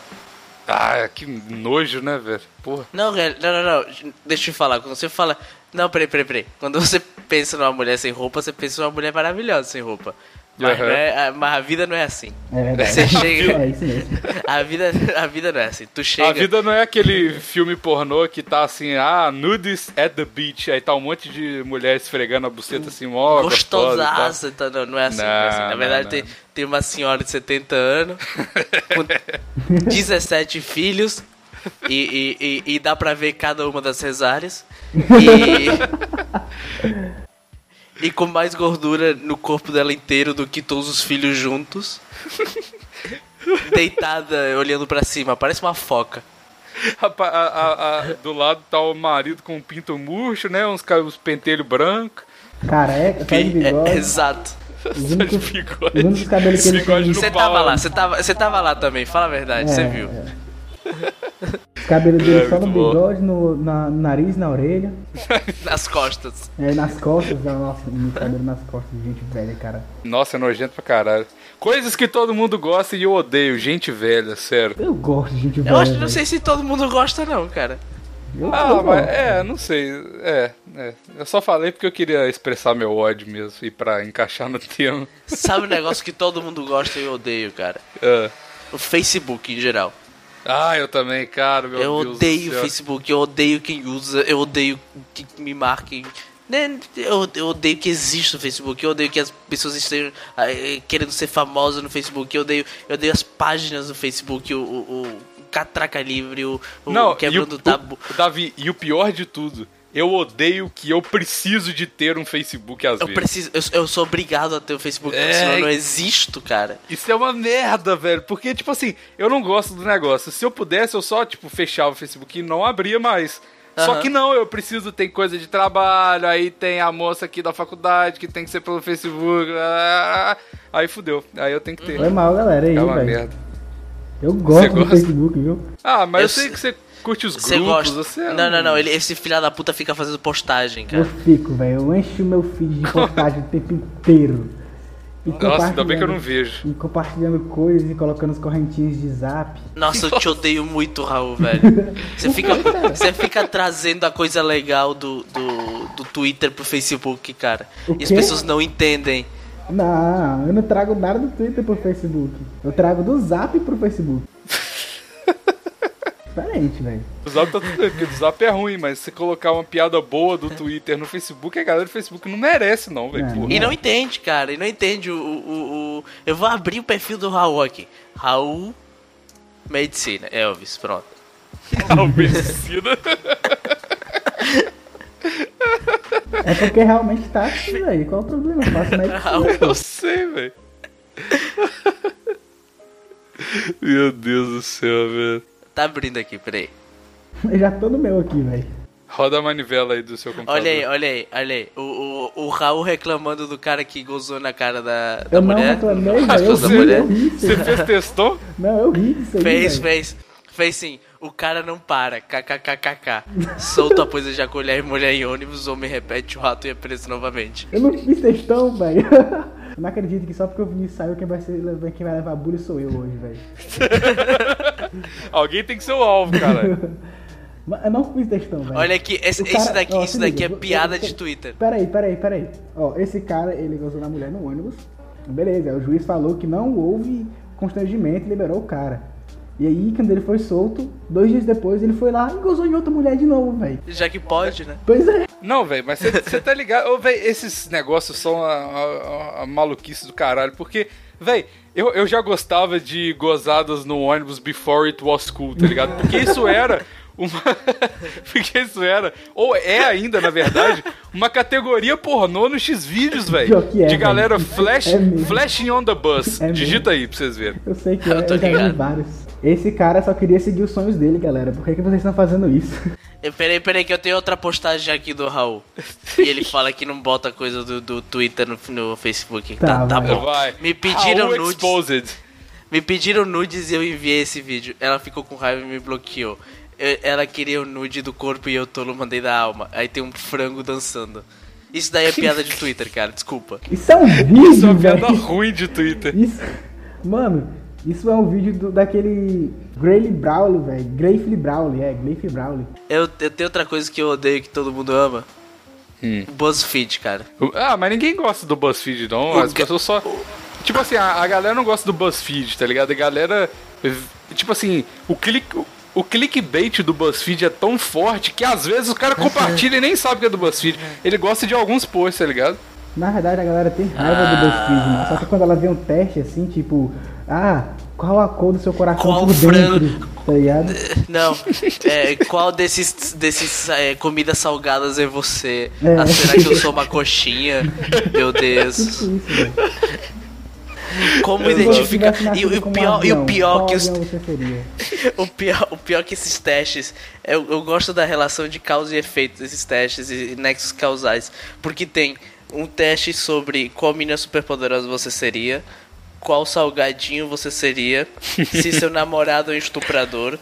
Speaker 1: Ah, que nojo, né, velho? Porra.
Speaker 2: Não, cara, não, não, não. Deixa eu falar. Quando você fala. Não, peraí, peraí, peraí. Quando você pensa numa mulher sem roupa, você pensa numa mulher maravilhosa sem roupa. Mas,
Speaker 1: Aham.
Speaker 2: não é- a- mas a vida não é assim.
Speaker 3: É verdade.
Speaker 2: Você chega-
Speaker 3: É isso mesmo.
Speaker 2: A vida, a vida não é assim. Tu chega.
Speaker 1: A vida não é aquele filme pornô que tá assim, ah, nudes at the beach. Aí tá um monte de mulher esfregando a buceta assim, mó gostosa e tal.
Speaker 2: gostosaça, então não, não é assim. não é assim. Na
Speaker 1: tá? Não,
Speaker 2: verdade,
Speaker 1: não,
Speaker 2: tem,
Speaker 1: não.
Speaker 2: tem uma senhora de 70 anos, com 17 filhos, e, e, e- e dá pra ver cada uma das cesáreas. E. E com mais gordura no corpo dela inteiro do que todos os filhos juntos. Deitada, olhando pra cima, parece uma foca.
Speaker 1: Rapa- a- a- a- do lado tá o marido com um pinto murcho, né? Uns, ca- uns pentelhos brancos.
Speaker 3: Careca, só de
Speaker 2: É,
Speaker 3: bigode.
Speaker 2: exato.
Speaker 3: Os únicos-
Speaker 1: bigode.
Speaker 3: os únicos cabelos que ele
Speaker 1: Bigode
Speaker 3: tem-
Speaker 1: no
Speaker 2: Você
Speaker 1: pau,
Speaker 2: tava lá,
Speaker 1: né?
Speaker 2: você tava, você tava lá também, fala a verdade,
Speaker 3: É,
Speaker 2: você viu.
Speaker 3: Os cabelos dele
Speaker 1: É,
Speaker 3: só no
Speaker 1: muito bom.
Speaker 3: bigode, no, na- no nariz, na orelha.
Speaker 2: Nas costas.
Speaker 3: É, nas costas, ah, nossa, meu cabelo nas costas, gente velha, cara.
Speaker 1: Nossa, é nojento pra caralho. Coisas que todo mundo gosta e eu odeio. Gente velha, sério.
Speaker 3: Eu gosto de gente velha.
Speaker 2: Eu acho que não
Speaker 3: velho.
Speaker 2: sei se todo mundo gosta, não, cara.
Speaker 3: Eu,
Speaker 1: Ah,
Speaker 3: eu
Speaker 1: mas
Speaker 3: gosto.
Speaker 1: é, não sei. É, é. Eu só falei porque eu queria expressar meu ódio mesmo e pra encaixar no tema.
Speaker 2: Sabe um negócio que todo mundo gosta e eu odeio, cara?
Speaker 1: Ah.
Speaker 2: O Facebook em geral.
Speaker 1: Ah, eu também, cara, meu
Speaker 2: eu
Speaker 1: Deus
Speaker 2: odeio
Speaker 1: do
Speaker 2: o
Speaker 1: céu.
Speaker 2: Facebook, eu odeio quem usa, eu odeio que me marquem. Né, Eu, eu odeio que exista o Facebook, eu odeio que as pessoas estejam ah, eh, querendo ser famosas no Facebook, eu odeio, eu odeio as páginas do Facebook, o, o- o Catraca Livre, o, o
Speaker 1: Não, e
Speaker 2: Quebrando
Speaker 1: o,
Speaker 2: Tabu.
Speaker 1: o- Davi, e o pior de tudo, eu odeio que eu preciso de ter um Facebook às
Speaker 2: Eu
Speaker 1: vezes.
Speaker 2: preciso, eu, eu sou obrigado a ter o Facebook,
Speaker 1: É.
Speaker 2: senão eu não existo, cara.
Speaker 1: Isso é uma merda, velho. Porque, tipo assim, eu não gosto do negócio. Se eu pudesse, eu só, tipo, fechava o Facebook e não abria mais. Só
Speaker 2: Aham.
Speaker 1: que não, eu preciso, tem coisa de trabalho, aí tem a moça aqui da faculdade que tem que ser pelo Facebook. ah, aí fudeu. Aí eu tenho que ter.
Speaker 3: Foi mal, galera, aí,
Speaker 1: É uma
Speaker 3: velho.
Speaker 1: merda.
Speaker 3: Eu gosto
Speaker 1: Você
Speaker 3: do
Speaker 1: gosta?
Speaker 3: Facebook, viu?
Speaker 1: Ah, mas eu,
Speaker 2: Eu
Speaker 1: sei
Speaker 2: se-
Speaker 1: que você curte os
Speaker 2: Você
Speaker 1: grupos,
Speaker 2: gosta.
Speaker 1: você. é
Speaker 2: não,
Speaker 1: um-
Speaker 2: não, não. Ele, esse filho da puta fica fazendo postagem,
Speaker 3: Eu
Speaker 2: cara.
Speaker 3: fico, velho. Eu encho meu feed de postagem o tempo inteiro. E
Speaker 1: Nossa, ainda bem que eu
Speaker 3: compartilhando-
Speaker 1: não vejo.
Speaker 3: E compartilhando coisas e colocando os correntinhos de zap.
Speaker 2: Nossa, eu te odeio muito, Raul, velho. Você fica, você fica trazendo a coisa legal do, do, do Twitter pro Facebook, cara.
Speaker 3: O
Speaker 2: E as
Speaker 3: quê?
Speaker 2: pessoas não entendem.
Speaker 3: Não, eu não trago nada do Twitter pro Facebook. Eu trago do zap pro Facebook. Diferente, velho.
Speaker 1: O Zap tá tudo bem, porque o Zap é ruim, mas se colocar uma piada boa do Twitter no Facebook, a galera do Facebook não merece, não, velho.
Speaker 3: É,
Speaker 1: porra.
Speaker 2: E não entende, cara. E não entende o, o, o- Eu vou abrir o perfil do Raul aqui. Raul Medicina. É, Elvis, pronto.
Speaker 1: é um Almecida.
Speaker 3: É porque realmente tá assim, velho. Qual o problema? Eu faço medicina.
Speaker 1: Eu sei, velho. Meu Deus do céu, velho.
Speaker 2: Tá abrindo aqui, peraí.
Speaker 3: Eu já tô no meu aqui, velho.
Speaker 1: Roda a manivela aí do seu
Speaker 3: Então
Speaker 1: computador.
Speaker 2: Olha aí, olha aí, olha aí. O, o, o Raul reclamando do cara que gozou na cara da, da
Speaker 3: Eu não
Speaker 2: mulher.
Speaker 3: reclamei,
Speaker 1: Mas
Speaker 3: velho. Eu
Speaker 1: você,
Speaker 3: ri, eu ri.
Speaker 1: você
Speaker 3: disso.
Speaker 1: fez textão?
Speaker 3: Não, eu ri disso aí,
Speaker 2: Fez,
Speaker 3: velho.
Speaker 2: fez. Fez sim. O cara não para. KKKKK. Solto após ejacular mulher em ônibus, homem repete o rato e é preso novamente.
Speaker 3: Eu não fiz textão, velho. Eu não acredito que só porque o Vinícius saiu, quem vai, ser, quem vai levar bullying sou eu hoje, velho.
Speaker 1: Alguém tem que ser o alvo, cara.
Speaker 3: Mas Eu não fiz textão, velho.
Speaker 2: Olha aqui, esse,
Speaker 3: O cara-
Speaker 2: esse daqui,
Speaker 3: ó,
Speaker 2: isso
Speaker 3: se
Speaker 2: daqui
Speaker 3: liga,
Speaker 2: é
Speaker 3: eu- eu-
Speaker 2: piada
Speaker 3: eu-
Speaker 2: de Twitter.
Speaker 3: Peraí, peraí, peraí. Ó, esse cara, ele gozou na mulher no ônibus. Beleza, o juiz falou que não houve constrangimento e liberou o cara. E aí, quando ele foi solto, dois dias depois ele foi lá e gozou em outra mulher de novo, velho.
Speaker 2: Já que pode, né?
Speaker 3: Pois é.
Speaker 1: Não, velho, mas você- você tá ligado. Ô, velho, esses negócios são a, a- a- a maluquice do caralho. Porque, velho, eu, eu já gostava de gozadas no ônibus before it was cool, tá ligado? Porque isso era uma. porque isso era. Ou é ainda, na verdade, uma categoria pornô no X-Vídeos, velho.
Speaker 3: Pior que
Speaker 1: de
Speaker 3: é, velho.
Speaker 1: galera flash,
Speaker 3: É mesmo.
Speaker 1: flashing on the bus.
Speaker 3: É mesmo.
Speaker 1: Digita aí pra vocês verem.
Speaker 3: Eu sei que
Speaker 2: Eu
Speaker 3: é,
Speaker 2: tô
Speaker 3: eu já vi
Speaker 2: ligado.
Speaker 3: vários. Esse cara só queria seguir os sonhos dele, galera. Por que, que vocês estão fazendo isso?
Speaker 2: Eu- Peraí, peraí, que eu tenho outra postagem aqui do Raul. E ele fala que não bota coisa do, do Twitter no, no Facebook. Tá,
Speaker 3: Tá,
Speaker 2: tá
Speaker 3: vai.
Speaker 2: bom.
Speaker 1: Vai.
Speaker 2: Me pediram
Speaker 1: Raul
Speaker 2: nudes.
Speaker 1: Exposed.
Speaker 2: Me pediram nudes e eu enviei esse vídeo. Ela ficou com raiva e me bloqueou. Eu- ela queria o nude do corpo e eu tolo mandei da alma. Aí tem um frango dançando. Isso daí é piada de Twitter, cara, desculpa.
Speaker 3: Isso é um vídeo,
Speaker 1: Isso é uma
Speaker 3: velho.
Speaker 1: piada ruim de Twitter.
Speaker 3: Isso. Mano, Isso é um vídeo do- daquele Grayley Brawley, velho. Grayley Brawley, é, Grayley Brawley.
Speaker 2: Eu, eu tenho outra coisa que eu odeio que todo mundo ama. BuzzFeed, cara.
Speaker 1: Ah, mas ninguém gosta do BuzzFeed, não.
Speaker 2: O
Speaker 1: As
Speaker 2: que-
Speaker 1: pessoas só. Tipo assim, a, a galera não gosta do BuzzFeed, tá ligado? A galera. eh, Tipo assim, o clique. o- O clickbait do BuzzFeed é tão forte que às vezes o cara compartilha e nem sabe que é do BuzzFeed. Ele gosta de alguns posts, tá ligado?
Speaker 3: Na verdade, a galera tem raiva
Speaker 2: Ah.
Speaker 3: do BuzzFeed, mano. Só que quando ela vê um teste assim, tipo, ah, qual a cor do seu coração
Speaker 2: Qual
Speaker 3: por
Speaker 2: frango?
Speaker 3: dentro? Tá ligado?
Speaker 2: Não. É, qual desses, desses é, comidas salgadas é você?
Speaker 3: É.
Speaker 2: Ah, será que eu sou uma coxinha? Meu Deus.
Speaker 3: Isso, velho.
Speaker 2: Como
Speaker 3: Se você
Speaker 2: identificar.
Speaker 3: tivesse nascido
Speaker 2: E, o- e o
Speaker 3: como
Speaker 2: pior, e o
Speaker 3: avião,
Speaker 2: pior é
Speaker 3: qual
Speaker 2: que os,
Speaker 3: avião você seria?
Speaker 2: o, pior, o pior que esses testes. Eu, eu gosto da relação de causa e efeito desses testes e, e nexos causais. Porque tem um teste sobre qual menina superpoderosa você seria, qual salgadinho você seria, se seu namorado é um estuprador.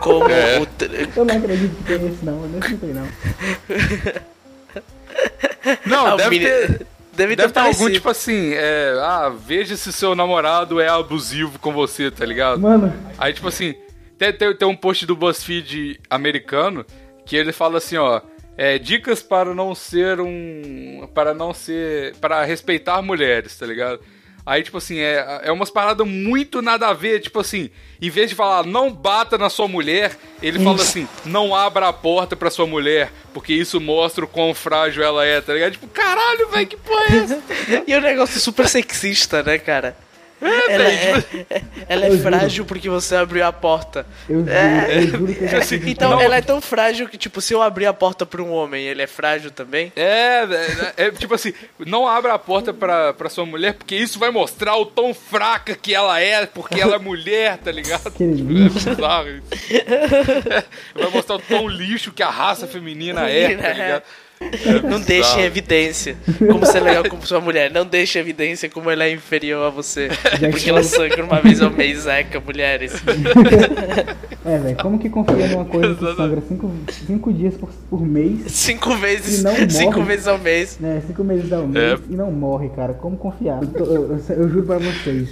Speaker 2: Como
Speaker 1: É.
Speaker 2: o tr-
Speaker 3: Eu não acredito que tem esse, não. Eu não sei, não.
Speaker 1: Não,
Speaker 2: Ah, o
Speaker 1: deve
Speaker 2: mini-
Speaker 1: ter.
Speaker 2: deve ter
Speaker 1: Deve ter algum
Speaker 2: parecido.
Speaker 1: tipo assim, é, ah, veja se seu namorado é abusivo com você, tá ligado?
Speaker 3: Mano,
Speaker 1: Aí, tipo assim, tem, tem, tem um post do BuzzFeed americano que ele fala assim, ó. é, dicas para não ser um. Para não ser. Para respeitar mulheres, tá ligado? Aí, tipo assim, é, é umas paradas muito nada a ver. Tipo assim, em vez de falar não bata na sua mulher, ele fala assim, não abra a porta pra sua mulher, porque isso mostra o quão frágil ela é, tá ligado? Tipo, caralho, velho, que porra é essa?
Speaker 2: E é um negócio super sexista, né, cara? ela,
Speaker 1: velho,
Speaker 2: é,
Speaker 1: tipo-
Speaker 2: ela é
Speaker 3: Eu juro.
Speaker 2: frágil porque você abriu a porta.
Speaker 3: eu juro,
Speaker 2: É.
Speaker 3: eu juro que eu já
Speaker 1: assim,
Speaker 3: fiz um
Speaker 2: Então
Speaker 1: Não.
Speaker 2: ela é tão frágil que, tipo, se eu abrir a porta pra um homem, ele é frágil também?
Speaker 1: É, é, é, é, tipo assim, não abra a porta pra, pra sua mulher, porque isso vai mostrar o tão fraca que ela é, porque ela é mulher, tá ligado?
Speaker 3: Que
Speaker 1: Tipo, é bizarro isso. É, vai mostrar o tão lixo que a raça feminina é, tá ligado?
Speaker 2: né? Não
Speaker 1: bizarro.
Speaker 2: deixe em evidência como você é legal com sua mulher. Não deixe em evidência como ela é inferior a você. Porque ela sangra uma vez ao mês, Zeca, mulheres.
Speaker 3: É, velho, como que confia numa coisa que
Speaker 1: Exatamente.
Speaker 3: sangra cinco, cinco dias por, por mês,
Speaker 2: Cinco vezes,
Speaker 3: E não morre.
Speaker 2: cinco vezes ao mês.
Speaker 3: né? Cinco meses
Speaker 2: É.
Speaker 3: ao mês e não morre, cara. Como confiar? Eu, tô- eu- eu- eu juro pra vocês.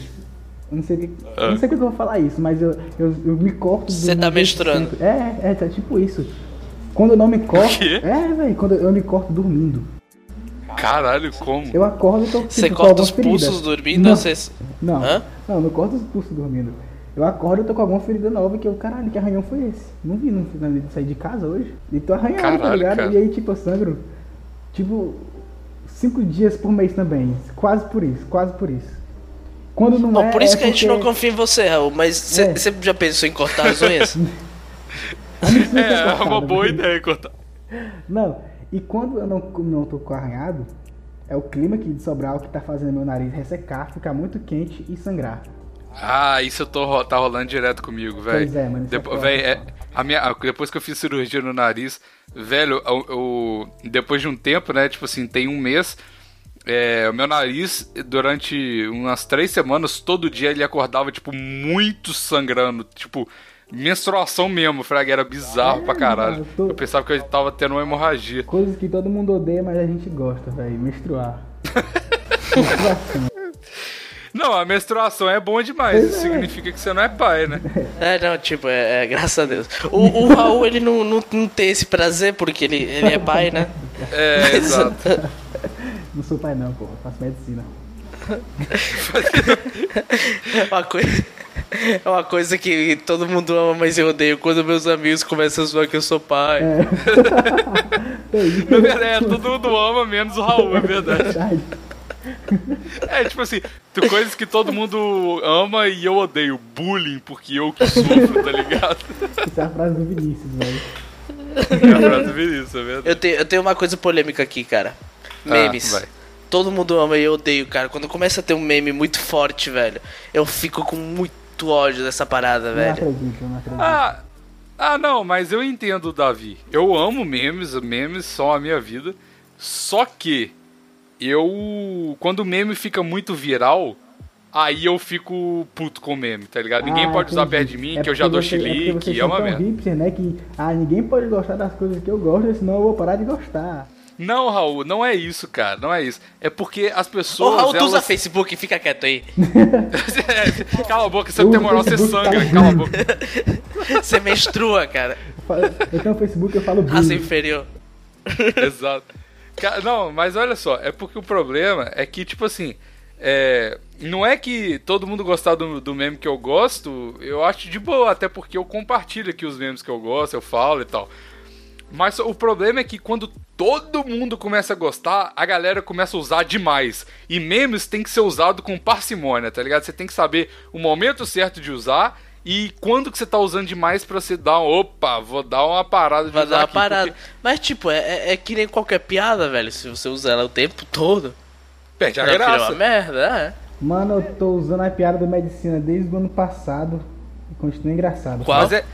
Speaker 3: Eu não sei o que, eu não sei o que eu vou falar isso, mas eu, eu, eu me corto. do
Speaker 2: Você É. tá
Speaker 3: 90%.
Speaker 2: menstruando.
Speaker 3: É, é, tá tipo isso. Quando eu não me corto.
Speaker 1: quê?
Speaker 3: É, velho, quando eu me corto dormindo.
Speaker 1: Caralho, como?
Speaker 3: Eu acordo e tô
Speaker 2: Você
Speaker 3: tipo, com
Speaker 2: corta
Speaker 3: alguma
Speaker 2: os
Speaker 3: ferida.
Speaker 2: pulsos dormindo?
Speaker 3: Não,
Speaker 2: ou Você...
Speaker 3: não,
Speaker 2: Hã?
Speaker 3: não, não corto os pulsos dormindo. Eu acordo e tô com alguma ferida nova que eu, caralho, que arranhão foi esse? Não vi, não fiz nada de sair de casa hoje. E tô arranhado, tá
Speaker 1: Caralho,
Speaker 3: ligado?
Speaker 1: cara.
Speaker 3: E aí, tipo, eu sangro, tipo, cinco dias por mês também. Quase por isso, quase por isso. Quando não,
Speaker 2: Bom,
Speaker 3: é,
Speaker 2: por isso
Speaker 3: é
Speaker 2: que a gente
Speaker 3: porque-
Speaker 2: não confia em você, Raul, mas
Speaker 3: É.
Speaker 2: você já pensou em cortar as unhas?
Speaker 3: a gente não
Speaker 1: É,
Speaker 3: tem
Speaker 1: é uma
Speaker 3: cortado,
Speaker 1: boa
Speaker 3: porque-
Speaker 1: ideia cortar.
Speaker 3: tá Não, e quando eu não, não tô com arranhado, é o clima aqui de Sobral que tá fazendo meu nariz ressecar, ficar muito quente e sangrar.
Speaker 1: Ah, isso eu tô, ro- tá rolando direto comigo, velho.
Speaker 3: Pois é, mano, isso é
Speaker 1: Depo
Speaker 3: foda.
Speaker 1: véi, é- a minha, a- depois que eu fiz cirurgia no nariz, velho, eu, eu- depois de um tempo, né? Tipo assim, tem um mês. é, o meu nariz, durante umas três semanas, todo dia ele acordava, tipo, muito sangrando. Tipo, menstruação mesmo, Fraga. Era bizarro pra caralho.
Speaker 3: É, eu tô-
Speaker 1: Eu pensava que eu tava tendo uma hemorragia.
Speaker 3: Coisas que todo mundo odeia, mas a gente gosta, velho. Menstruar. Menstruação.
Speaker 1: Não, a menstruação é bom demais. Isso significa que você não é pai, né?
Speaker 2: É, não, tipo, é, é, graças a Deus. O, o Raul, ele não, não, não tem esse prazer porque ele, ele é pai, né?
Speaker 1: É, exato.
Speaker 3: Não sou pai não, pô. Eu faço medicina.
Speaker 2: É uma coisa, é uma coisa que todo mundo ama, mas eu odeio quando meus amigos começam a zoar que eu sou pai.
Speaker 1: Na verdade, é, todo mundo ama, menos o Raul, é verdade.
Speaker 3: Verdade.
Speaker 1: É, tipo assim, tu- coisas que todo mundo ama e eu odeio. Bullying, porque eu que sofro, tá ligado?
Speaker 3: Isso é a frase do Vinícius, velho. Tá
Speaker 1: É a frase do Vinícius, é verdade.
Speaker 2: Eu, tenho, eu tenho uma coisa polêmica aqui, cara.
Speaker 1: Ah,
Speaker 2: Memes.
Speaker 1: vai.
Speaker 2: todo mundo ama e eu odeio, cara. Quando começa a ter um meme muito forte, velho, eu fico com muito ódio dessa parada,
Speaker 3: Não
Speaker 2: velho.
Speaker 3: acredito, não acredito.
Speaker 1: Ah, ah, não, mas eu entendo o Davi. Eu amo memes, memes são a minha vida. Só que eu. Quando o meme fica muito viral, aí eu fico puto com o meme, tá ligado? Ninguém
Speaker 3: Ah,
Speaker 1: pode usar
Speaker 3: entendi.
Speaker 1: perto de mim,
Speaker 3: É
Speaker 1: que eu já
Speaker 3: porque
Speaker 1: dou
Speaker 3: você- é porque
Speaker 1: chilique,
Speaker 3: vocês
Speaker 1: é uma
Speaker 3: são tão
Speaker 1: merda.
Speaker 3: hipster, né? Que, ah, ninguém pode gostar das coisas que eu gosto, senão eu vou parar de gostar.
Speaker 1: Não, Raul, não é isso, cara. Não é isso. É porque as
Speaker 2: Ô,
Speaker 1: pessoas.
Speaker 2: Raul, tu usa
Speaker 1: elas...
Speaker 2: Facebook, fica quieto aí.
Speaker 1: É, cala a boca, você não tem moral, você
Speaker 3: Facebook tá
Speaker 1: sangra.
Speaker 3: ruim.
Speaker 1: Cala a boca.
Speaker 2: Você menstrua, cara.
Speaker 3: Eu, falo, eu tenho um Facebook, eu falo
Speaker 1: Ah,
Speaker 2: Raça
Speaker 3: bullying.
Speaker 2: inferior.
Speaker 1: Exato. Ca- Não, mas olha só, é porque o problema é que, tipo assim, é, não é que todo mundo gostar do, do meme que eu gosto, eu acho de boa, até porque eu compartilho aqui os memes que eu gosto, eu falo e tal. Mas o problema é que quando todo mundo começa a gostar, a galera começa a usar demais. E memes tem que ser usado com parcimônia, tá ligado? Você tem que saber o momento certo de usar e quando que você tá usando demais pra você dar um, opa, vou dar uma parada de
Speaker 2: Vai
Speaker 1: usar
Speaker 2: dar uma
Speaker 1: aqui, porque-
Speaker 2: parada. Mas, tipo, é, é- é que nem qualquer piada, velho. Se você usa ela o tempo todo,
Speaker 1: Perde a
Speaker 2: ela vira
Speaker 1: graça.
Speaker 2: uma merda, é.
Speaker 3: Mano, eu tô usando a piada da medicina desde o ano passado. E continua engraçado.
Speaker 2: Qual?
Speaker 1: Mas é,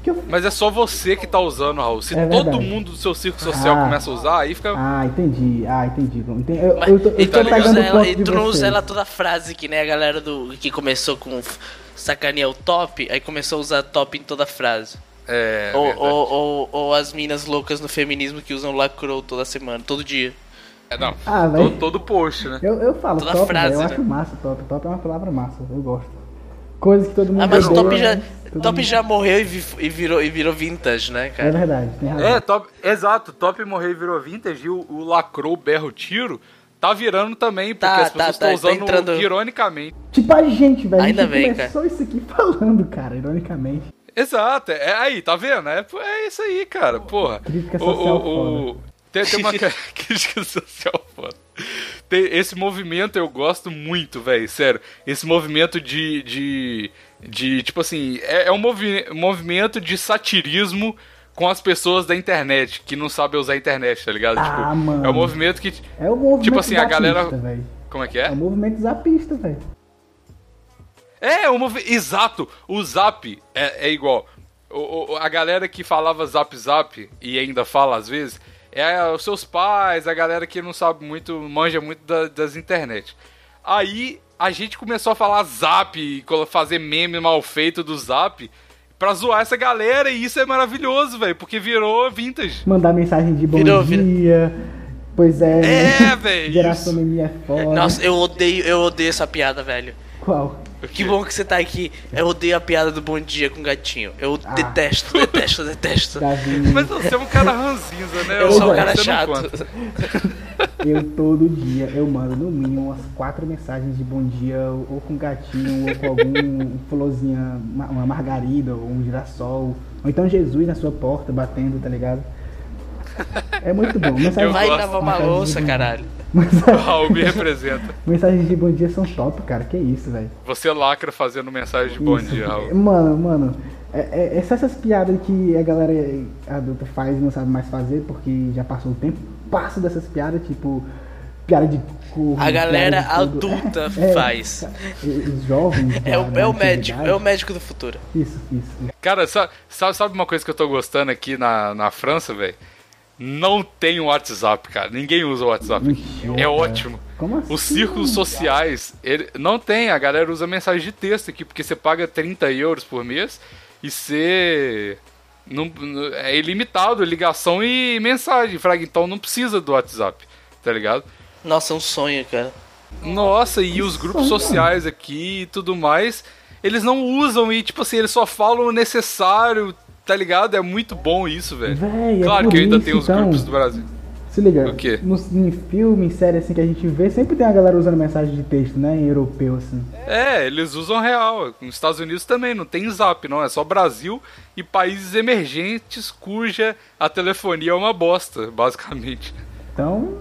Speaker 3: Que eu-
Speaker 1: mas é só você que tá usando, Raul. Se
Speaker 3: É
Speaker 1: todo
Speaker 3: verdade.
Speaker 1: mundo do seu círculo social
Speaker 3: Ah.
Speaker 1: começa a usar, aí fica.
Speaker 3: Ah, entendi. Ah, entendi. entendi. Eu,
Speaker 2: Mas,
Speaker 3: eu tô, eu
Speaker 2: e
Speaker 3: tô
Speaker 1: tá
Speaker 2: tu não
Speaker 3: pegando
Speaker 2: usa
Speaker 3: o ponto
Speaker 2: ela, e
Speaker 3: de
Speaker 2: tu não usa
Speaker 3: vocês.
Speaker 2: ela toda frase, que nem a galera do que começou com f- sacaneia o top, aí começou a usar top em toda frase.
Speaker 1: É,
Speaker 2: ou,
Speaker 1: verdade.
Speaker 2: ou, ou, ou as minas loucas no feminismo que usam lacrou toda semana, todo dia.
Speaker 1: É, não.
Speaker 3: Ah,
Speaker 1: todo,
Speaker 3: velho.
Speaker 1: todo post, né?
Speaker 3: Eu, eu falo
Speaker 2: Toda
Speaker 3: top,
Speaker 2: frase,
Speaker 3: velho, eu
Speaker 2: né?
Speaker 3: acho massa top. Top é uma palavra massa, eu gosto. Coisa que todo mundo
Speaker 2: Ah, mas
Speaker 3: odeia,
Speaker 2: top já,
Speaker 3: mas né? todo
Speaker 2: top
Speaker 3: mundo-
Speaker 2: já morreu e, vi- e virou, e virou vintage, né,
Speaker 3: É
Speaker 2: cara?
Speaker 3: verdade, tem razão.
Speaker 1: É, top, exato. Top morreu e virou vintage. E o, o lacrou, berro, tiro. Tá virando também, porque
Speaker 2: Tá,
Speaker 1: as pessoas
Speaker 2: tá, tá,
Speaker 1: estão
Speaker 2: tá
Speaker 1: usando
Speaker 2: entrando.
Speaker 1: ironicamente.
Speaker 3: Tipo a gente, velho.
Speaker 2: Ainda
Speaker 3: a gente
Speaker 2: bem,
Speaker 3: começou isso aqui falando, cara, ironicamente.
Speaker 1: Exato. É aí, tá vendo? É, é isso aí, cara. Porra.
Speaker 3: Crítica social
Speaker 1: Tem, tem uma ca- crítica social foda. Tem- esse movimento eu gosto muito, velho, sério. Esse movimento de. de, de tipo assim, é, é um movi- movimento de satirismo com as pessoas da internet, que não sabem usar a internet, tá ligado?
Speaker 3: Ah,
Speaker 1: tipo, É um
Speaker 3: mano.
Speaker 1: movimento que.
Speaker 3: É o movimento
Speaker 1: Tipo assim, a
Speaker 3: zapista,
Speaker 1: galera-
Speaker 3: velho.
Speaker 1: Como é que
Speaker 3: É o
Speaker 1: é?
Speaker 3: movimento zapista, velho.
Speaker 1: É, um movi- exato. O zap é, é igual. O- o- a galera que falava zap zap e ainda fala às vezes é os seus pais, a galera que não sabe muito, manja muito da- das internet. Aí a gente começou a falar zap, e colo- fazer meme mal feito do zap pra zoar essa galera e isso é maravilhoso, velho, porque virou vintage.
Speaker 3: Mandar mensagem de bom
Speaker 2: Virou,
Speaker 3: dia.
Speaker 2: virou.
Speaker 3: Pois é.
Speaker 1: É,
Speaker 3: né?
Speaker 1: velho.
Speaker 3: Geração
Speaker 1: isso.
Speaker 3: meme é foda.
Speaker 2: Nossa, eu odeio, eu odeio essa piada, velho.
Speaker 3: Qual?
Speaker 2: Que bom que você tá aqui. Eu odeio a piada do bom dia com gatinho. Eu
Speaker 3: Ah.
Speaker 2: detesto, detesto, detesto.
Speaker 3: Davi,
Speaker 1: Mas você é um cara ranzinza, né?
Speaker 2: Eu sou um
Speaker 1: Você
Speaker 2: cara
Speaker 1: não
Speaker 2: chato.
Speaker 1: conta.
Speaker 3: eu todo dia eu mando no mínimo umas quatro mensagens de bom dia, ou com gatinho, ou com algum florzinha, uma uma margarida, ou um girassol, ou então Jesus na sua porta batendo, tá ligado? É muito bom. Mensagem
Speaker 1: Eu
Speaker 2: Vai
Speaker 1: gosto.
Speaker 2: lavar uma louça, caralho.
Speaker 1: Raul me representa.
Speaker 3: Mensagens de bom dia são top, cara. Que isso, velho.
Speaker 1: Você lacra fazendo mensagem de bom
Speaker 3: Isso.
Speaker 1: dia, Raul.
Speaker 3: Mano, mano. É, é- é só essas piadas que a galera adulta faz e não sabe mais fazer, porque já passou o tempo. Passo dessas piadas, tipo. Piada de curva.
Speaker 2: A galera
Speaker 3: piada de tudo.
Speaker 2: adulta
Speaker 3: É,
Speaker 2: faz.
Speaker 3: é, Os jovens.
Speaker 2: É o,
Speaker 3: da-
Speaker 2: é o
Speaker 3: da
Speaker 2: médico, é o
Speaker 3: antiguidade.
Speaker 2: médico do futuro.
Speaker 3: Isso, isso.
Speaker 1: Cara, sa- sabe, sabe uma coisa que eu tô gostando aqui na, na França, velho? Não tem o WhatsApp, cara. Ninguém usa o WhatsApp.
Speaker 3: Mentira.
Speaker 1: É ótimo.
Speaker 3: Como assim?
Speaker 1: Os círculos sociais, ele, não tem. A galera usa mensagem de texto aqui, porque você paga 30 euros por mês e você. não- não- é ilimitado ligação e mensagem, fraga. Então não precisa do WhatsApp, tá ligado?
Speaker 2: Nossa, é um sonho, cara.
Speaker 1: Nossa, e os grupos sociais aqui e tudo mais, eles não usam e, tipo assim, eles só falam o necessário, tá ligado? É muito bom isso, velho.
Speaker 3: Véi, é
Speaker 1: claro
Speaker 3: por
Speaker 1: que eu ainda
Speaker 3: isso,
Speaker 1: tenho os
Speaker 3: então.
Speaker 1: grupos do Brasil.
Speaker 3: Se liga.
Speaker 1: O quê?
Speaker 3: Nos, em filme, em série assim que a gente vê, sempre tem a galera usando mensagem de texto, né? Em europeu, assim.
Speaker 1: É, eles usam real. Nos Estados Unidos também, não tem zap, não. É só Brasil e países emergentes cuja a telefonia é uma bosta, basicamente.
Speaker 3: Então,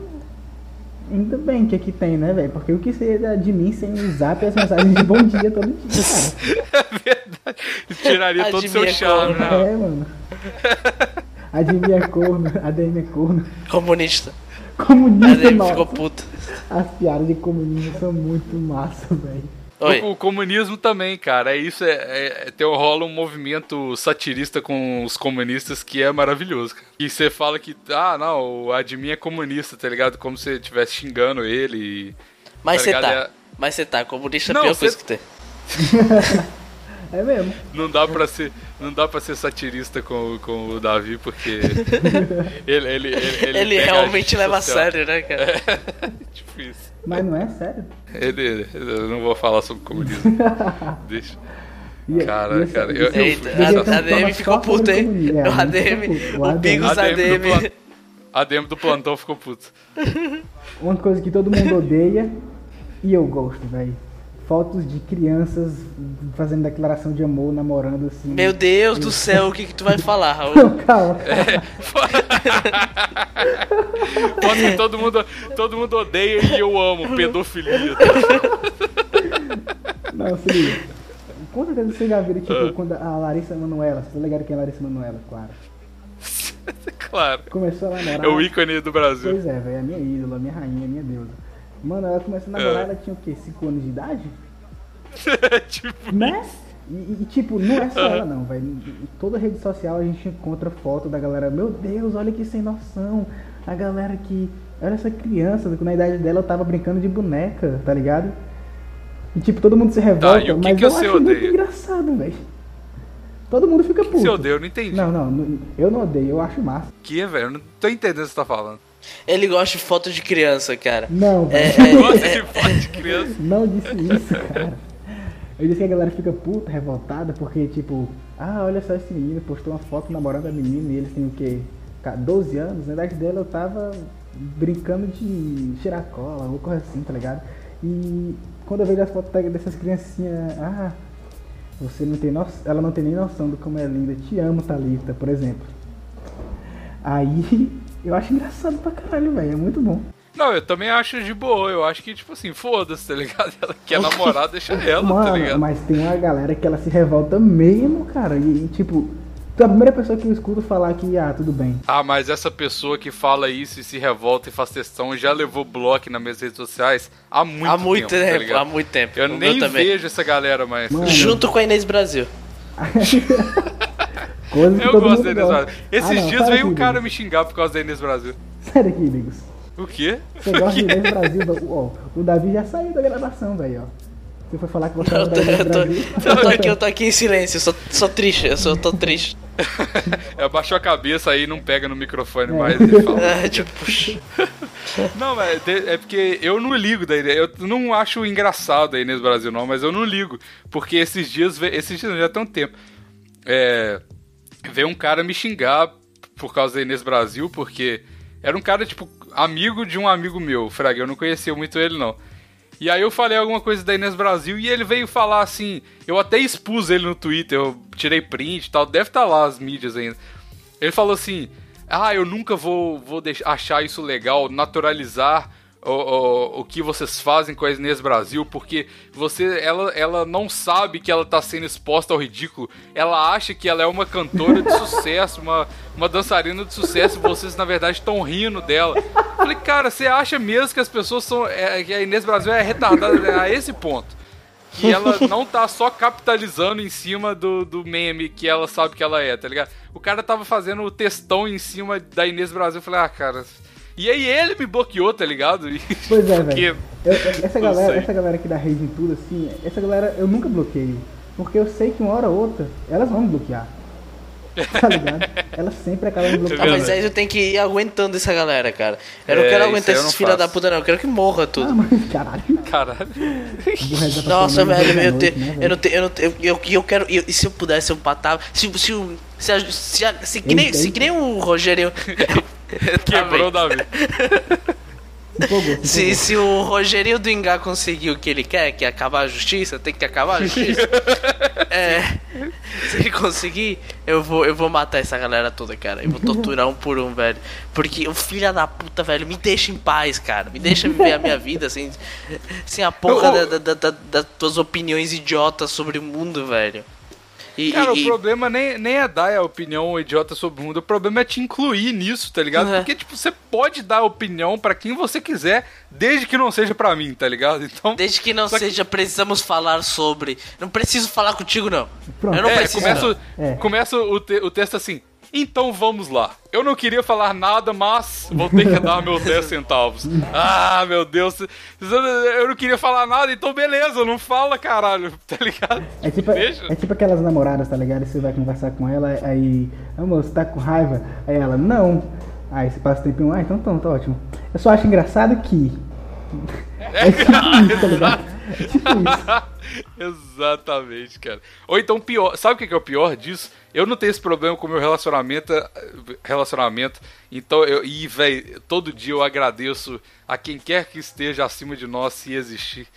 Speaker 3: ainda bem que aqui tem, né, velho? Porque o que seria de mim sem o zap e as mensagens de bom dia todo dia,
Speaker 1: É
Speaker 3: cara?
Speaker 1: verdade. Tiraria todo o seu
Speaker 2: Admira,
Speaker 1: charme, né?
Speaker 3: É, mano. Adivinha corno, ADM é corno.
Speaker 2: Comunista. Mas
Speaker 3: Comunista,
Speaker 2: ele ficou
Speaker 3: nossa.
Speaker 2: puto.
Speaker 3: As piadas de comunismo são muito massa, velho.
Speaker 2: Oi.
Speaker 1: O, o comunismo também, cara. É isso, é, é, é- tem, rola um movimento satirista com os comunistas que é maravilhoso. cara. E você fala que, ah, não, o Admin é comunista, tá ligado? Como se você estivesse xingando ele. e- tá
Speaker 2: Mas você
Speaker 1: ligado?
Speaker 2: tá.
Speaker 1: É-
Speaker 2: Mas você tá. Comunista é a
Speaker 1: Não,
Speaker 2: pior
Speaker 1: cê-
Speaker 2: coisa que tem.
Speaker 3: É mesmo.
Speaker 1: Não dá pra ser, não dá pra ser satirista com, o- com o Davi, porque ele, ele, ele,
Speaker 2: Ele,
Speaker 1: pega
Speaker 2: realmente leva a
Speaker 1: social.
Speaker 2: sério, né, cara?
Speaker 1: É, difícil.
Speaker 3: Mas não é sério.
Speaker 1: Ele, eu não vou falar sobre comunismo. Deixa.
Speaker 3: E- é,
Speaker 1: Cara,
Speaker 3: e esse-
Speaker 1: cara, eu-
Speaker 3: esse- tá
Speaker 2: Eita,
Speaker 1: eu-
Speaker 2: a-
Speaker 1: eu-
Speaker 2: a ADM
Speaker 3: eu-
Speaker 2: ficou puta, hein?
Speaker 3: eu- eu-
Speaker 2: O ADM,
Speaker 3: eu-
Speaker 2: o Bigos
Speaker 1: ADM do
Speaker 2: ADM.
Speaker 1: plano. A DM do plantão ficou puto.
Speaker 3: Uma coisa que todo mundo odeia e eu gosto, velho. Fotos de crianças fazendo declaração de amor, namorando assim.
Speaker 1: É.
Speaker 2: Meu Deus do céu, o que, que tu vai falar, Raul?
Speaker 3: Não, calma.
Speaker 1: Foto que todo mundo, todo mundo odeia e eu amo pedofilia. tá?
Speaker 3: Não, se liga. Com certeza vocês já viram,
Speaker 2: Ah.
Speaker 3: tipo, quando a Larissa Manoela, vocês ligaram quem é a Larissa Manoela, claro.
Speaker 1: claro.
Speaker 3: Começou a namorar.
Speaker 1: É o ícone do Brasil.
Speaker 3: Pois é, velho, a minha ídola, a minha rainha, a minha deusa. Mano, ela começou a namorar,
Speaker 1: É.
Speaker 3: ela tinha o quê? 5 anos de idade?
Speaker 1: tipo,
Speaker 3: Né? E, e, tipo, não é só ela não, velho. Em Toda rede social a gente encontra foto da galera, meu Deus, olha que sem noção. A galera que. Olha essa criança, que na idade dela eu tava brincando de boneca, tá ligado? E tipo, todo mundo se
Speaker 1: Tá,
Speaker 3: revolta,
Speaker 1: e o que
Speaker 3: mas
Speaker 1: que
Speaker 3: eu
Speaker 1: você
Speaker 3: acho muito
Speaker 1: odeia?
Speaker 3: engraçado, velho. Todo mundo fica puto.
Speaker 1: você odeia, eu não entendi.
Speaker 3: Não, não, não, eu não odeio, eu acho massa.
Speaker 1: Que, velho? Eu não tô entendendo o que você tá falando.
Speaker 2: Ele gosta de foto de criança, cara.
Speaker 3: Não,
Speaker 2: É,
Speaker 3: velho.
Speaker 2: é,
Speaker 1: Gosta de foto de criança.
Speaker 3: Não disse isso, cara. Eu disse que a galera fica puta, revoltada, porque tipo, ah, olha só esse menino, postou uma foto namorando a menina e eles têm o quê? Ca- 12 anos, na idade dela eu tava brincando de tirar cola, ou coisa assim, tá ligado? E quando eu vejo as fotos da- dessas criancinhas, ah, você não tem noção, ela não tem nem noção do como é linda, te amo, Thalita, por exemplo. Aí eu acho engraçado pra caralho, velho, é muito bom.
Speaker 1: Não, eu também acho de boa. Eu acho que, tipo assim, foda-se, tá ligado? Ela quer namorar, deixa ela, tá
Speaker 3: Mano,
Speaker 1: ligado?
Speaker 3: mas tem uma galera que ela se revolta mesmo, cara. E, e, tipo, tu é a primeira pessoa que eu escuto falar que, ah, tudo bem.
Speaker 1: Ah, mas essa pessoa que fala isso e se revolta e faz questão já levou bloco nas minhas redes sociais há muito tempo.
Speaker 2: há muito tempo,
Speaker 1: tá ligado?
Speaker 2: há muito tempo.
Speaker 1: Eu
Speaker 2: O meu
Speaker 1: nem
Speaker 2: também.
Speaker 1: vejo essa galera mais.
Speaker 3: Mano.
Speaker 2: Junto com a Inês Brasil.
Speaker 3: Coisa que
Speaker 1: Eu
Speaker 3: todo
Speaker 1: gosto da
Speaker 3: mundo
Speaker 1: Inês
Speaker 3: gosta.
Speaker 1: Brasil. Esses
Speaker 3: Ah, não,
Speaker 1: dias
Speaker 3: para
Speaker 1: veio
Speaker 3: aqui,
Speaker 1: um cara
Speaker 3: Bigos.
Speaker 1: me xingar por causa da Inês Brasil.
Speaker 3: Sério aqui, amigos.
Speaker 1: O quê?
Speaker 3: Você gosta de Inês Brasil? velho? Ó, o Davi já saiu da gravação, velho, ó. Você foi falar que você
Speaker 2: Eu
Speaker 3: da
Speaker 2: tô,
Speaker 3: Inês
Speaker 2: eu tô-
Speaker 3: Brasil.
Speaker 2: eu tô aqui, eu tô aqui em silêncio, eu sou, sou triste, eu sou, tô triste.
Speaker 1: É, Abaixou a cabeça aí não pega no microfone
Speaker 3: É.
Speaker 1: mais e fala.
Speaker 2: Ah, tipo, puxa.
Speaker 1: Não, mas de- é porque eu não ligo da Inês. Eu não acho engraçado a Inês Brasil, não, mas eu não ligo. Porque esses dias, ve- esses dias não, já tem um tempo. É, veio um cara me xingar por causa da Inês Brasil, porque era um cara, tipo, amigo de um amigo meu, Fraga. Eu não conhecia muito ele, não. E aí eu falei alguma coisa da Inês Brasil e ele veio falar assim. Eu até expus ele no Twitter, eu tirei print e tal, deve estar lá as mídias ainda. Ele falou assim: Ah, eu nunca vou, vou deix- achar isso legal, naturalizar o, o, o que vocês fazem com a Inês Brasil, porque você ela, ela não sabe que ela tá sendo exposta ao ridículo. Ela acha que ela é uma cantora de sucesso, uma, uma dançarina de sucesso, e vocês, na verdade, estão rindo dela. Eu Falei, cara, você acha mesmo que as pessoas são. é- que a Inês Brasil é retardada a esse ponto? que ela não tá só capitalizando em cima do, do meme que ela sabe que ela é, tá ligado? O cara tava fazendo o textão em cima da Inês Brasil. Eu falei, ah, cara. E aí ele me bloqueou, tá ligado? E-
Speaker 3: Pois é,
Speaker 1: porque-
Speaker 3: velho. Eu- eu- Essa
Speaker 1: Não
Speaker 3: galera,
Speaker 1: sei.
Speaker 3: essa galera que dá rage em tudo, assim, essa galera eu nunca bloqueio. Porque eu sei que uma hora ou outra, elas vão me bloquear. Tá ligado? elas sempre
Speaker 1: É
Speaker 3: acabam me
Speaker 2: Ah,
Speaker 3: bloqueando.
Speaker 2: mas aí eu tenho que ir aguentando essa galera, cara. Eu não
Speaker 1: Tá É,
Speaker 2: quero
Speaker 1: isso
Speaker 2: aguentar
Speaker 1: aí eu
Speaker 2: esses
Speaker 1: não
Speaker 2: filha da
Speaker 1: faço.
Speaker 2: puta, não. Eu quero que morra tudo.
Speaker 3: Ah, mas caralho.
Speaker 1: Caralho.
Speaker 2: Nossa, né, velho, eu, te,
Speaker 3: tenho.
Speaker 2: eu não tenho. Eu, não te- eu, eu, eu quero. eu- e se eu pudesse, eu patava. Se, se, o- se, a- se, a- se que nem,
Speaker 3: Eita,
Speaker 2: se
Speaker 3: eita.
Speaker 2: que nem o Rogério.
Speaker 1: Quebrou o Davi.
Speaker 3: Se empolgou, se
Speaker 2: Se, se o Rogerinho do Ingá conseguir o que ele quer, que é acabar a justiça, tem que acabar a justiça. é, se ele conseguir, eu vou, eu vou matar essa galera toda, cara. Eu vou torturar um por um, velho. Porque o filho da puta, velho, me deixa em paz, cara. Me deixa viver a minha vida sem, sem a porra
Speaker 1: Eu-
Speaker 2: da- da- da- da- das tuas opiniões idiotas sobre o mundo, velho. E,
Speaker 1: Cara,
Speaker 2: e-
Speaker 1: o
Speaker 2: e-
Speaker 1: problema nem, nem é dar a opinião idiota sobre o mundo, o problema é te incluir nisso, tá ligado?
Speaker 2: Uhum.
Speaker 1: Porque, tipo, você pode dar opinião pra quem você quiser, desde que não seja pra mim, tá ligado? Então.
Speaker 2: Desde que não
Speaker 1: Só que-
Speaker 2: seja, precisamos falar sobre. Não preciso falar contigo, não.
Speaker 3: Pronto.
Speaker 2: Eu não
Speaker 1: é,
Speaker 2: preciso.
Speaker 1: começa,
Speaker 2: não.
Speaker 1: o-
Speaker 3: É.
Speaker 1: começa o, te- o texto assim. Então vamos lá. Eu não queria falar nada, mas vou ter que dar meus 10 centavos. Ah, meu Deus. Eu não queria falar nada, então beleza, não fala, caralho, tá ligado?
Speaker 3: É tipo,
Speaker 1: Deixa.
Speaker 3: é tipo aquelas namoradas, tá ligado? Você vai conversar com ela, aí. Amor, você tá com raiva? Aí ela, não. Aí você passa o tempinho, ah, então, então tá ótimo. Eu só acho engraçado que. É tipo isso, tá ligado? É tipo isso.
Speaker 1: Exatamente, cara. Ou então pior, sabe o que que é o pior disso? Eu não tenho esse problema com o meu relacionamento, eh, relacionamento. Então eu e velho, todo dia eu agradeço a quem quer que esteja acima de nós se existir.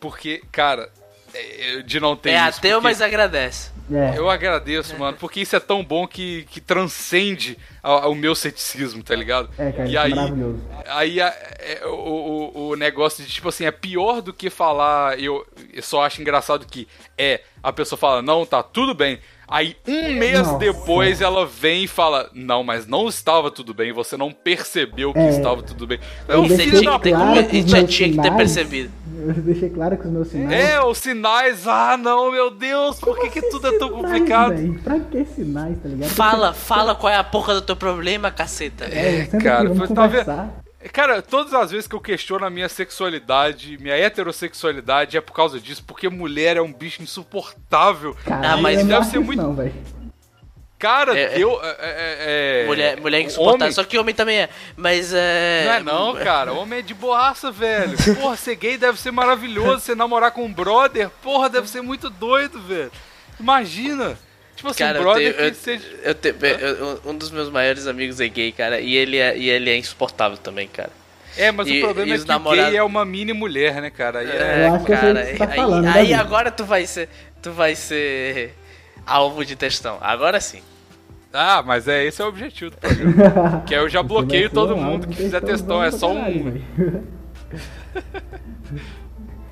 Speaker 1: Porque, cara, eh, eu- de não ter
Speaker 2: É
Speaker 1: isso,
Speaker 2: ateu,
Speaker 1: porque-
Speaker 2: mas agradece.
Speaker 3: É.
Speaker 1: eu agradeço, mano, porque isso é tão bom que, que transcende a- o meu ceticismo, tá ligado?
Speaker 3: É, cara,
Speaker 1: e
Speaker 3: isso é
Speaker 1: aí,
Speaker 3: maravilhoso.
Speaker 1: Aí a- é, o, o, o negócio de, tipo assim, é pior do que falar. Eu, eu só acho engraçado que é, a pessoa fala, não, tá tudo bem. Aí um mês
Speaker 3: Nossa.
Speaker 1: depois ela vem e fala, não, mas não estava tudo bem, você não percebeu que
Speaker 3: É.
Speaker 1: estava tudo bem. É
Speaker 3: Eu
Speaker 1: um
Speaker 2: Você
Speaker 3: deixei
Speaker 1: filho
Speaker 2: tinha
Speaker 1: da
Speaker 2: que ter,
Speaker 3: claro
Speaker 2: como-
Speaker 3: que os
Speaker 2: já
Speaker 3: meus
Speaker 2: tinha que ter
Speaker 3: sinais-
Speaker 2: percebido.
Speaker 3: Eu deixei claro que os meus sinais.
Speaker 1: É, os sinais, ah não, meu Deus, por que, que tudo é tão complicado?
Speaker 3: assim Sinais, véi. pra que sinais, tá ligado?
Speaker 2: Fala, fala qual é a porca do teu problema, caceta.
Speaker 3: É, senta aqui,
Speaker 1: cara,
Speaker 3: vamos
Speaker 1: foi- tá vendo?
Speaker 3: conversar.
Speaker 1: Cara, todas as vezes que eu questiono a minha sexualidade, minha heterossexualidade, é por causa disso, porque mulher é um bicho insuportável.
Speaker 3: Cara,
Speaker 2: Ah, mas
Speaker 3: eu não
Speaker 1: deve
Speaker 3: acho
Speaker 1: ser
Speaker 3: isso
Speaker 1: muito-
Speaker 3: Não, velho.
Speaker 1: Cara,
Speaker 2: É, é.
Speaker 1: eu. é, É, é,
Speaker 2: Mulher, mulher é
Speaker 1: Homem-
Speaker 2: insuportável. Só que homem também é. Mas é.
Speaker 1: Não é não, cara. Homem é de boaça, velho. Porra, ser gay deve ser maravilhoso. Você namorar com um brother, porra, deve ser muito doido, velho. Imagina. Tipo assim,
Speaker 2: Cara,
Speaker 1: um
Speaker 2: eu
Speaker 1: brother
Speaker 2: tenho,
Speaker 1: que
Speaker 2: eu,
Speaker 1: seja.
Speaker 2: eu tenho- eu- um dos meus maiores amigos é gay, cara, e ele é, e ele é insuportável também, cara.
Speaker 1: É, mas
Speaker 2: e-
Speaker 1: o problema
Speaker 2: e
Speaker 1: é
Speaker 2: os
Speaker 1: que
Speaker 2: namorados-
Speaker 1: gay é uma mini mulher, né, cara? Aí é-
Speaker 2: É,
Speaker 3: acho que eu sei o
Speaker 2: cara,
Speaker 3: que você tá
Speaker 2: aí-
Speaker 3: falando,
Speaker 2: aí,
Speaker 3: Davi.
Speaker 2: agora tu vai ser, tu vai ser alvo de testão. Agora sim.
Speaker 1: Ah, mas é esse é o objetivo do programa. que aí eu já
Speaker 3: é
Speaker 1: bloqueio todo mundo que fizer testão. É só um.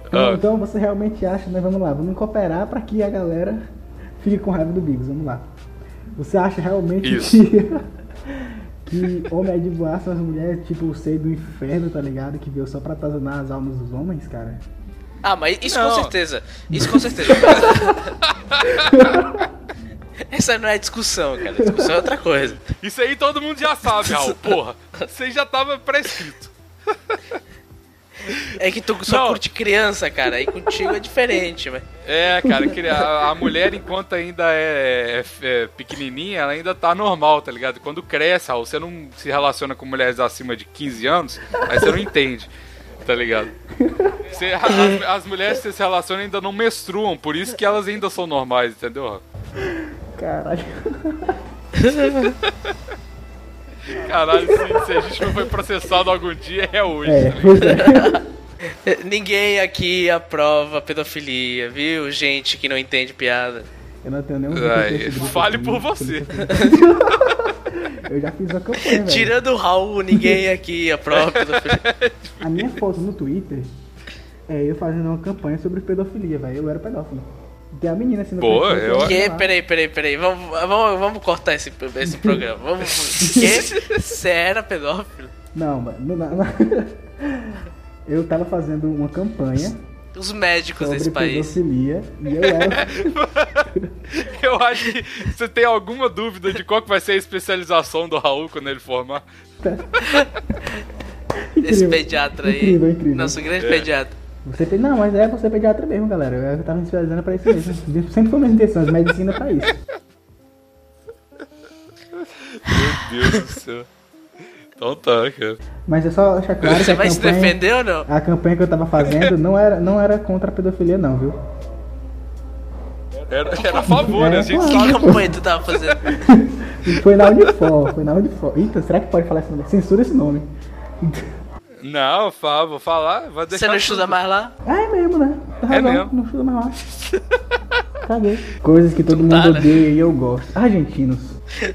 Speaker 3: Então,
Speaker 1: Ah.
Speaker 3: então você realmente acha, né? Vamos lá, vamos cooperar pra que a galera fique com raiva do Bigos. Vamos lá. Você acha realmente
Speaker 1: Isso.
Speaker 3: que, que homem é de boa, as mulheres, tipo, o seio do inferno, tá ligado? Que veio só pra atazanar as almas dos homens, cara?
Speaker 2: Ah, mas isso
Speaker 1: Não.
Speaker 2: com certeza. Isso com certeza. Essa não é discussão, cara. Discussão é outra coisa.
Speaker 1: Isso aí todo mundo já sabe, Raul. Porra, isso aí já tava prescrito.
Speaker 2: É que tu só
Speaker 1: Não.
Speaker 2: curte criança, cara. Aí contigo é diferente, mas.
Speaker 1: É, cara, que a, a mulher, enquanto ainda é, é- é pequenininha, ela ainda tá normal, tá ligado? Quando cresce, Raul, você não se relaciona com mulheres acima de 15 anos, aí você não entende, tá ligado? Você- as, as mulheres que você se relaciona ainda não menstruam, por isso que elas ainda são normais, entendeu? Raul?
Speaker 3: Caralho.
Speaker 1: Caralho, se, se a gente não foi processado algum dia, é hoje.
Speaker 3: É,
Speaker 1: tá ligado?
Speaker 3: pois é.
Speaker 2: Ninguém aqui aprova pedofilia, viu? Gente que não entende piada.
Speaker 3: Eu não tenho nenhum.
Speaker 1: Ai,
Speaker 3: contexto disso
Speaker 1: fale
Speaker 3: aqui,
Speaker 1: por
Speaker 3: por
Speaker 1: você.
Speaker 3: Eu já fiz uma campanha, É, velho.
Speaker 2: Tirando o Raul, ninguém aqui aprova pedofilia.
Speaker 3: A minha foto no Twitter é eu fazendo uma campanha sobre pedofilia, velho. Eu era pedófilo. Tem a menina assim no
Speaker 1: Pô,
Speaker 3: perfil,
Speaker 1: eu-
Speaker 3: tá
Speaker 2: Que?
Speaker 3: lá.
Speaker 2: Peraí, peraí, peraí. Vamos, vamos, vamos cortar esse, esse programa. Vamos. Que? Você era pedófilo?
Speaker 3: Não, mano. não- não- Eu tava fazendo uma campanha
Speaker 2: Os médicos
Speaker 3: sobre
Speaker 2: desse país.
Speaker 3: pedofilia e eu era.
Speaker 1: Eu acho que você tem alguma dúvida de qual que vai ser a especialização do Raul quando ele formar.
Speaker 2: Esse pediatra aí.
Speaker 3: Incrível, incrível.
Speaker 2: Nosso grande pediatra.
Speaker 3: Você tem... Não, mas é você é pediatra mesmo, galera. Eu tava me especializando pra isso mesmo. Sempre foi minha intenção, as medicina é pra isso.
Speaker 1: Meu Deus do céu. Então tá, cara.
Speaker 3: Mas é só deixar claro que
Speaker 2: Você
Speaker 3: a
Speaker 2: vai se
Speaker 3: campanha,
Speaker 2: defender ou não?
Speaker 3: a campanha que eu tava fazendo não era, não era contra a pedofilia, não, viu?
Speaker 1: Era, era a favor, né? A gente
Speaker 3: É,
Speaker 2: Que
Speaker 1: sabe.
Speaker 2: campanha tu tava fazendo?
Speaker 3: Foi na Unifor, foi na Unifor. Eita, será que pode falar esse nome? Censura esse nome.
Speaker 1: Não, Fá, vou falar, vai deixar.
Speaker 2: Você não
Speaker 1: tudo.
Speaker 2: estuda mais lá?
Speaker 3: Ah, é mesmo, né? Tá
Speaker 1: É
Speaker 3: razão,
Speaker 1: mesmo.
Speaker 3: não chuta mais lá. Caguei. Tá Coisas que todo mundo
Speaker 2: tá, né?
Speaker 3: odeia e eu gosto. Argentinos.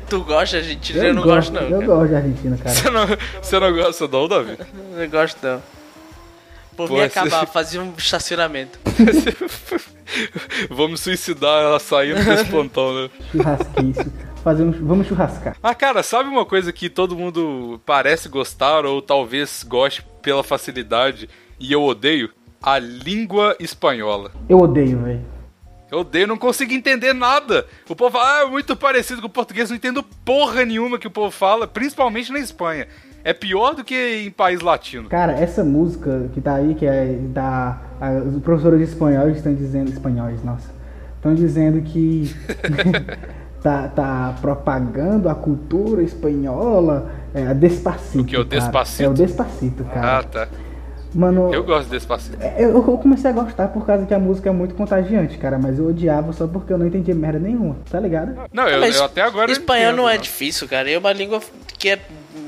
Speaker 2: Tu gosta, gente? Eu, não gosto, não.
Speaker 3: Eu
Speaker 2: cara.
Speaker 3: gosto de argentino, cara.
Speaker 1: Você não, você não gosta não, Davi?
Speaker 2: Não gosto não. Por
Speaker 1: Pô,
Speaker 2: mim
Speaker 1: esse-
Speaker 2: acabar, fazia um estacionamento.
Speaker 1: Vamos suicidar ela saindo desse plantão, né?
Speaker 3: Churrasquice. Fazer um, vamos churrascar.
Speaker 1: Ah, cara, sabe uma coisa que todo mundo parece gostar ou talvez goste pela facilidade e eu odeio? A língua espanhola.
Speaker 3: Eu odeio, velho.
Speaker 1: Eu Eu odeio, não consigo entender nada. O povo fala, ah, é muito parecido com o português, não entendo porra nenhuma que o povo fala, principalmente na Espanha. É pior do que em país latino.
Speaker 3: Cara, essa música que tá aí, que é da. a- os professores de espanhol estão dizendo. Espanhóis, nossa. Estão dizendo que. tá, tá propagando a cultura espanhola. É a Despacito.
Speaker 1: O que é o
Speaker 3: cara.
Speaker 1: Despacito?
Speaker 3: É o Despacito, cara.
Speaker 1: Ah, tá.
Speaker 3: Mano.
Speaker 1: Eu gosto desse passeio.
Speaker 3: é- Eu, eu comecei a gostar por causa que a música é muito contagiante, cara, mas eu odiava só porque eu não entendia merda nenhuma, tá ligado?
Speaker 1: Não, eu,
Speaker 2: Ah, Mas
Speaker 1: eu até agora.
Speaker 2: Espanhol
Speaker 1: entendo, né?
Speaker 2: não é difícil, cara. É uma língua que é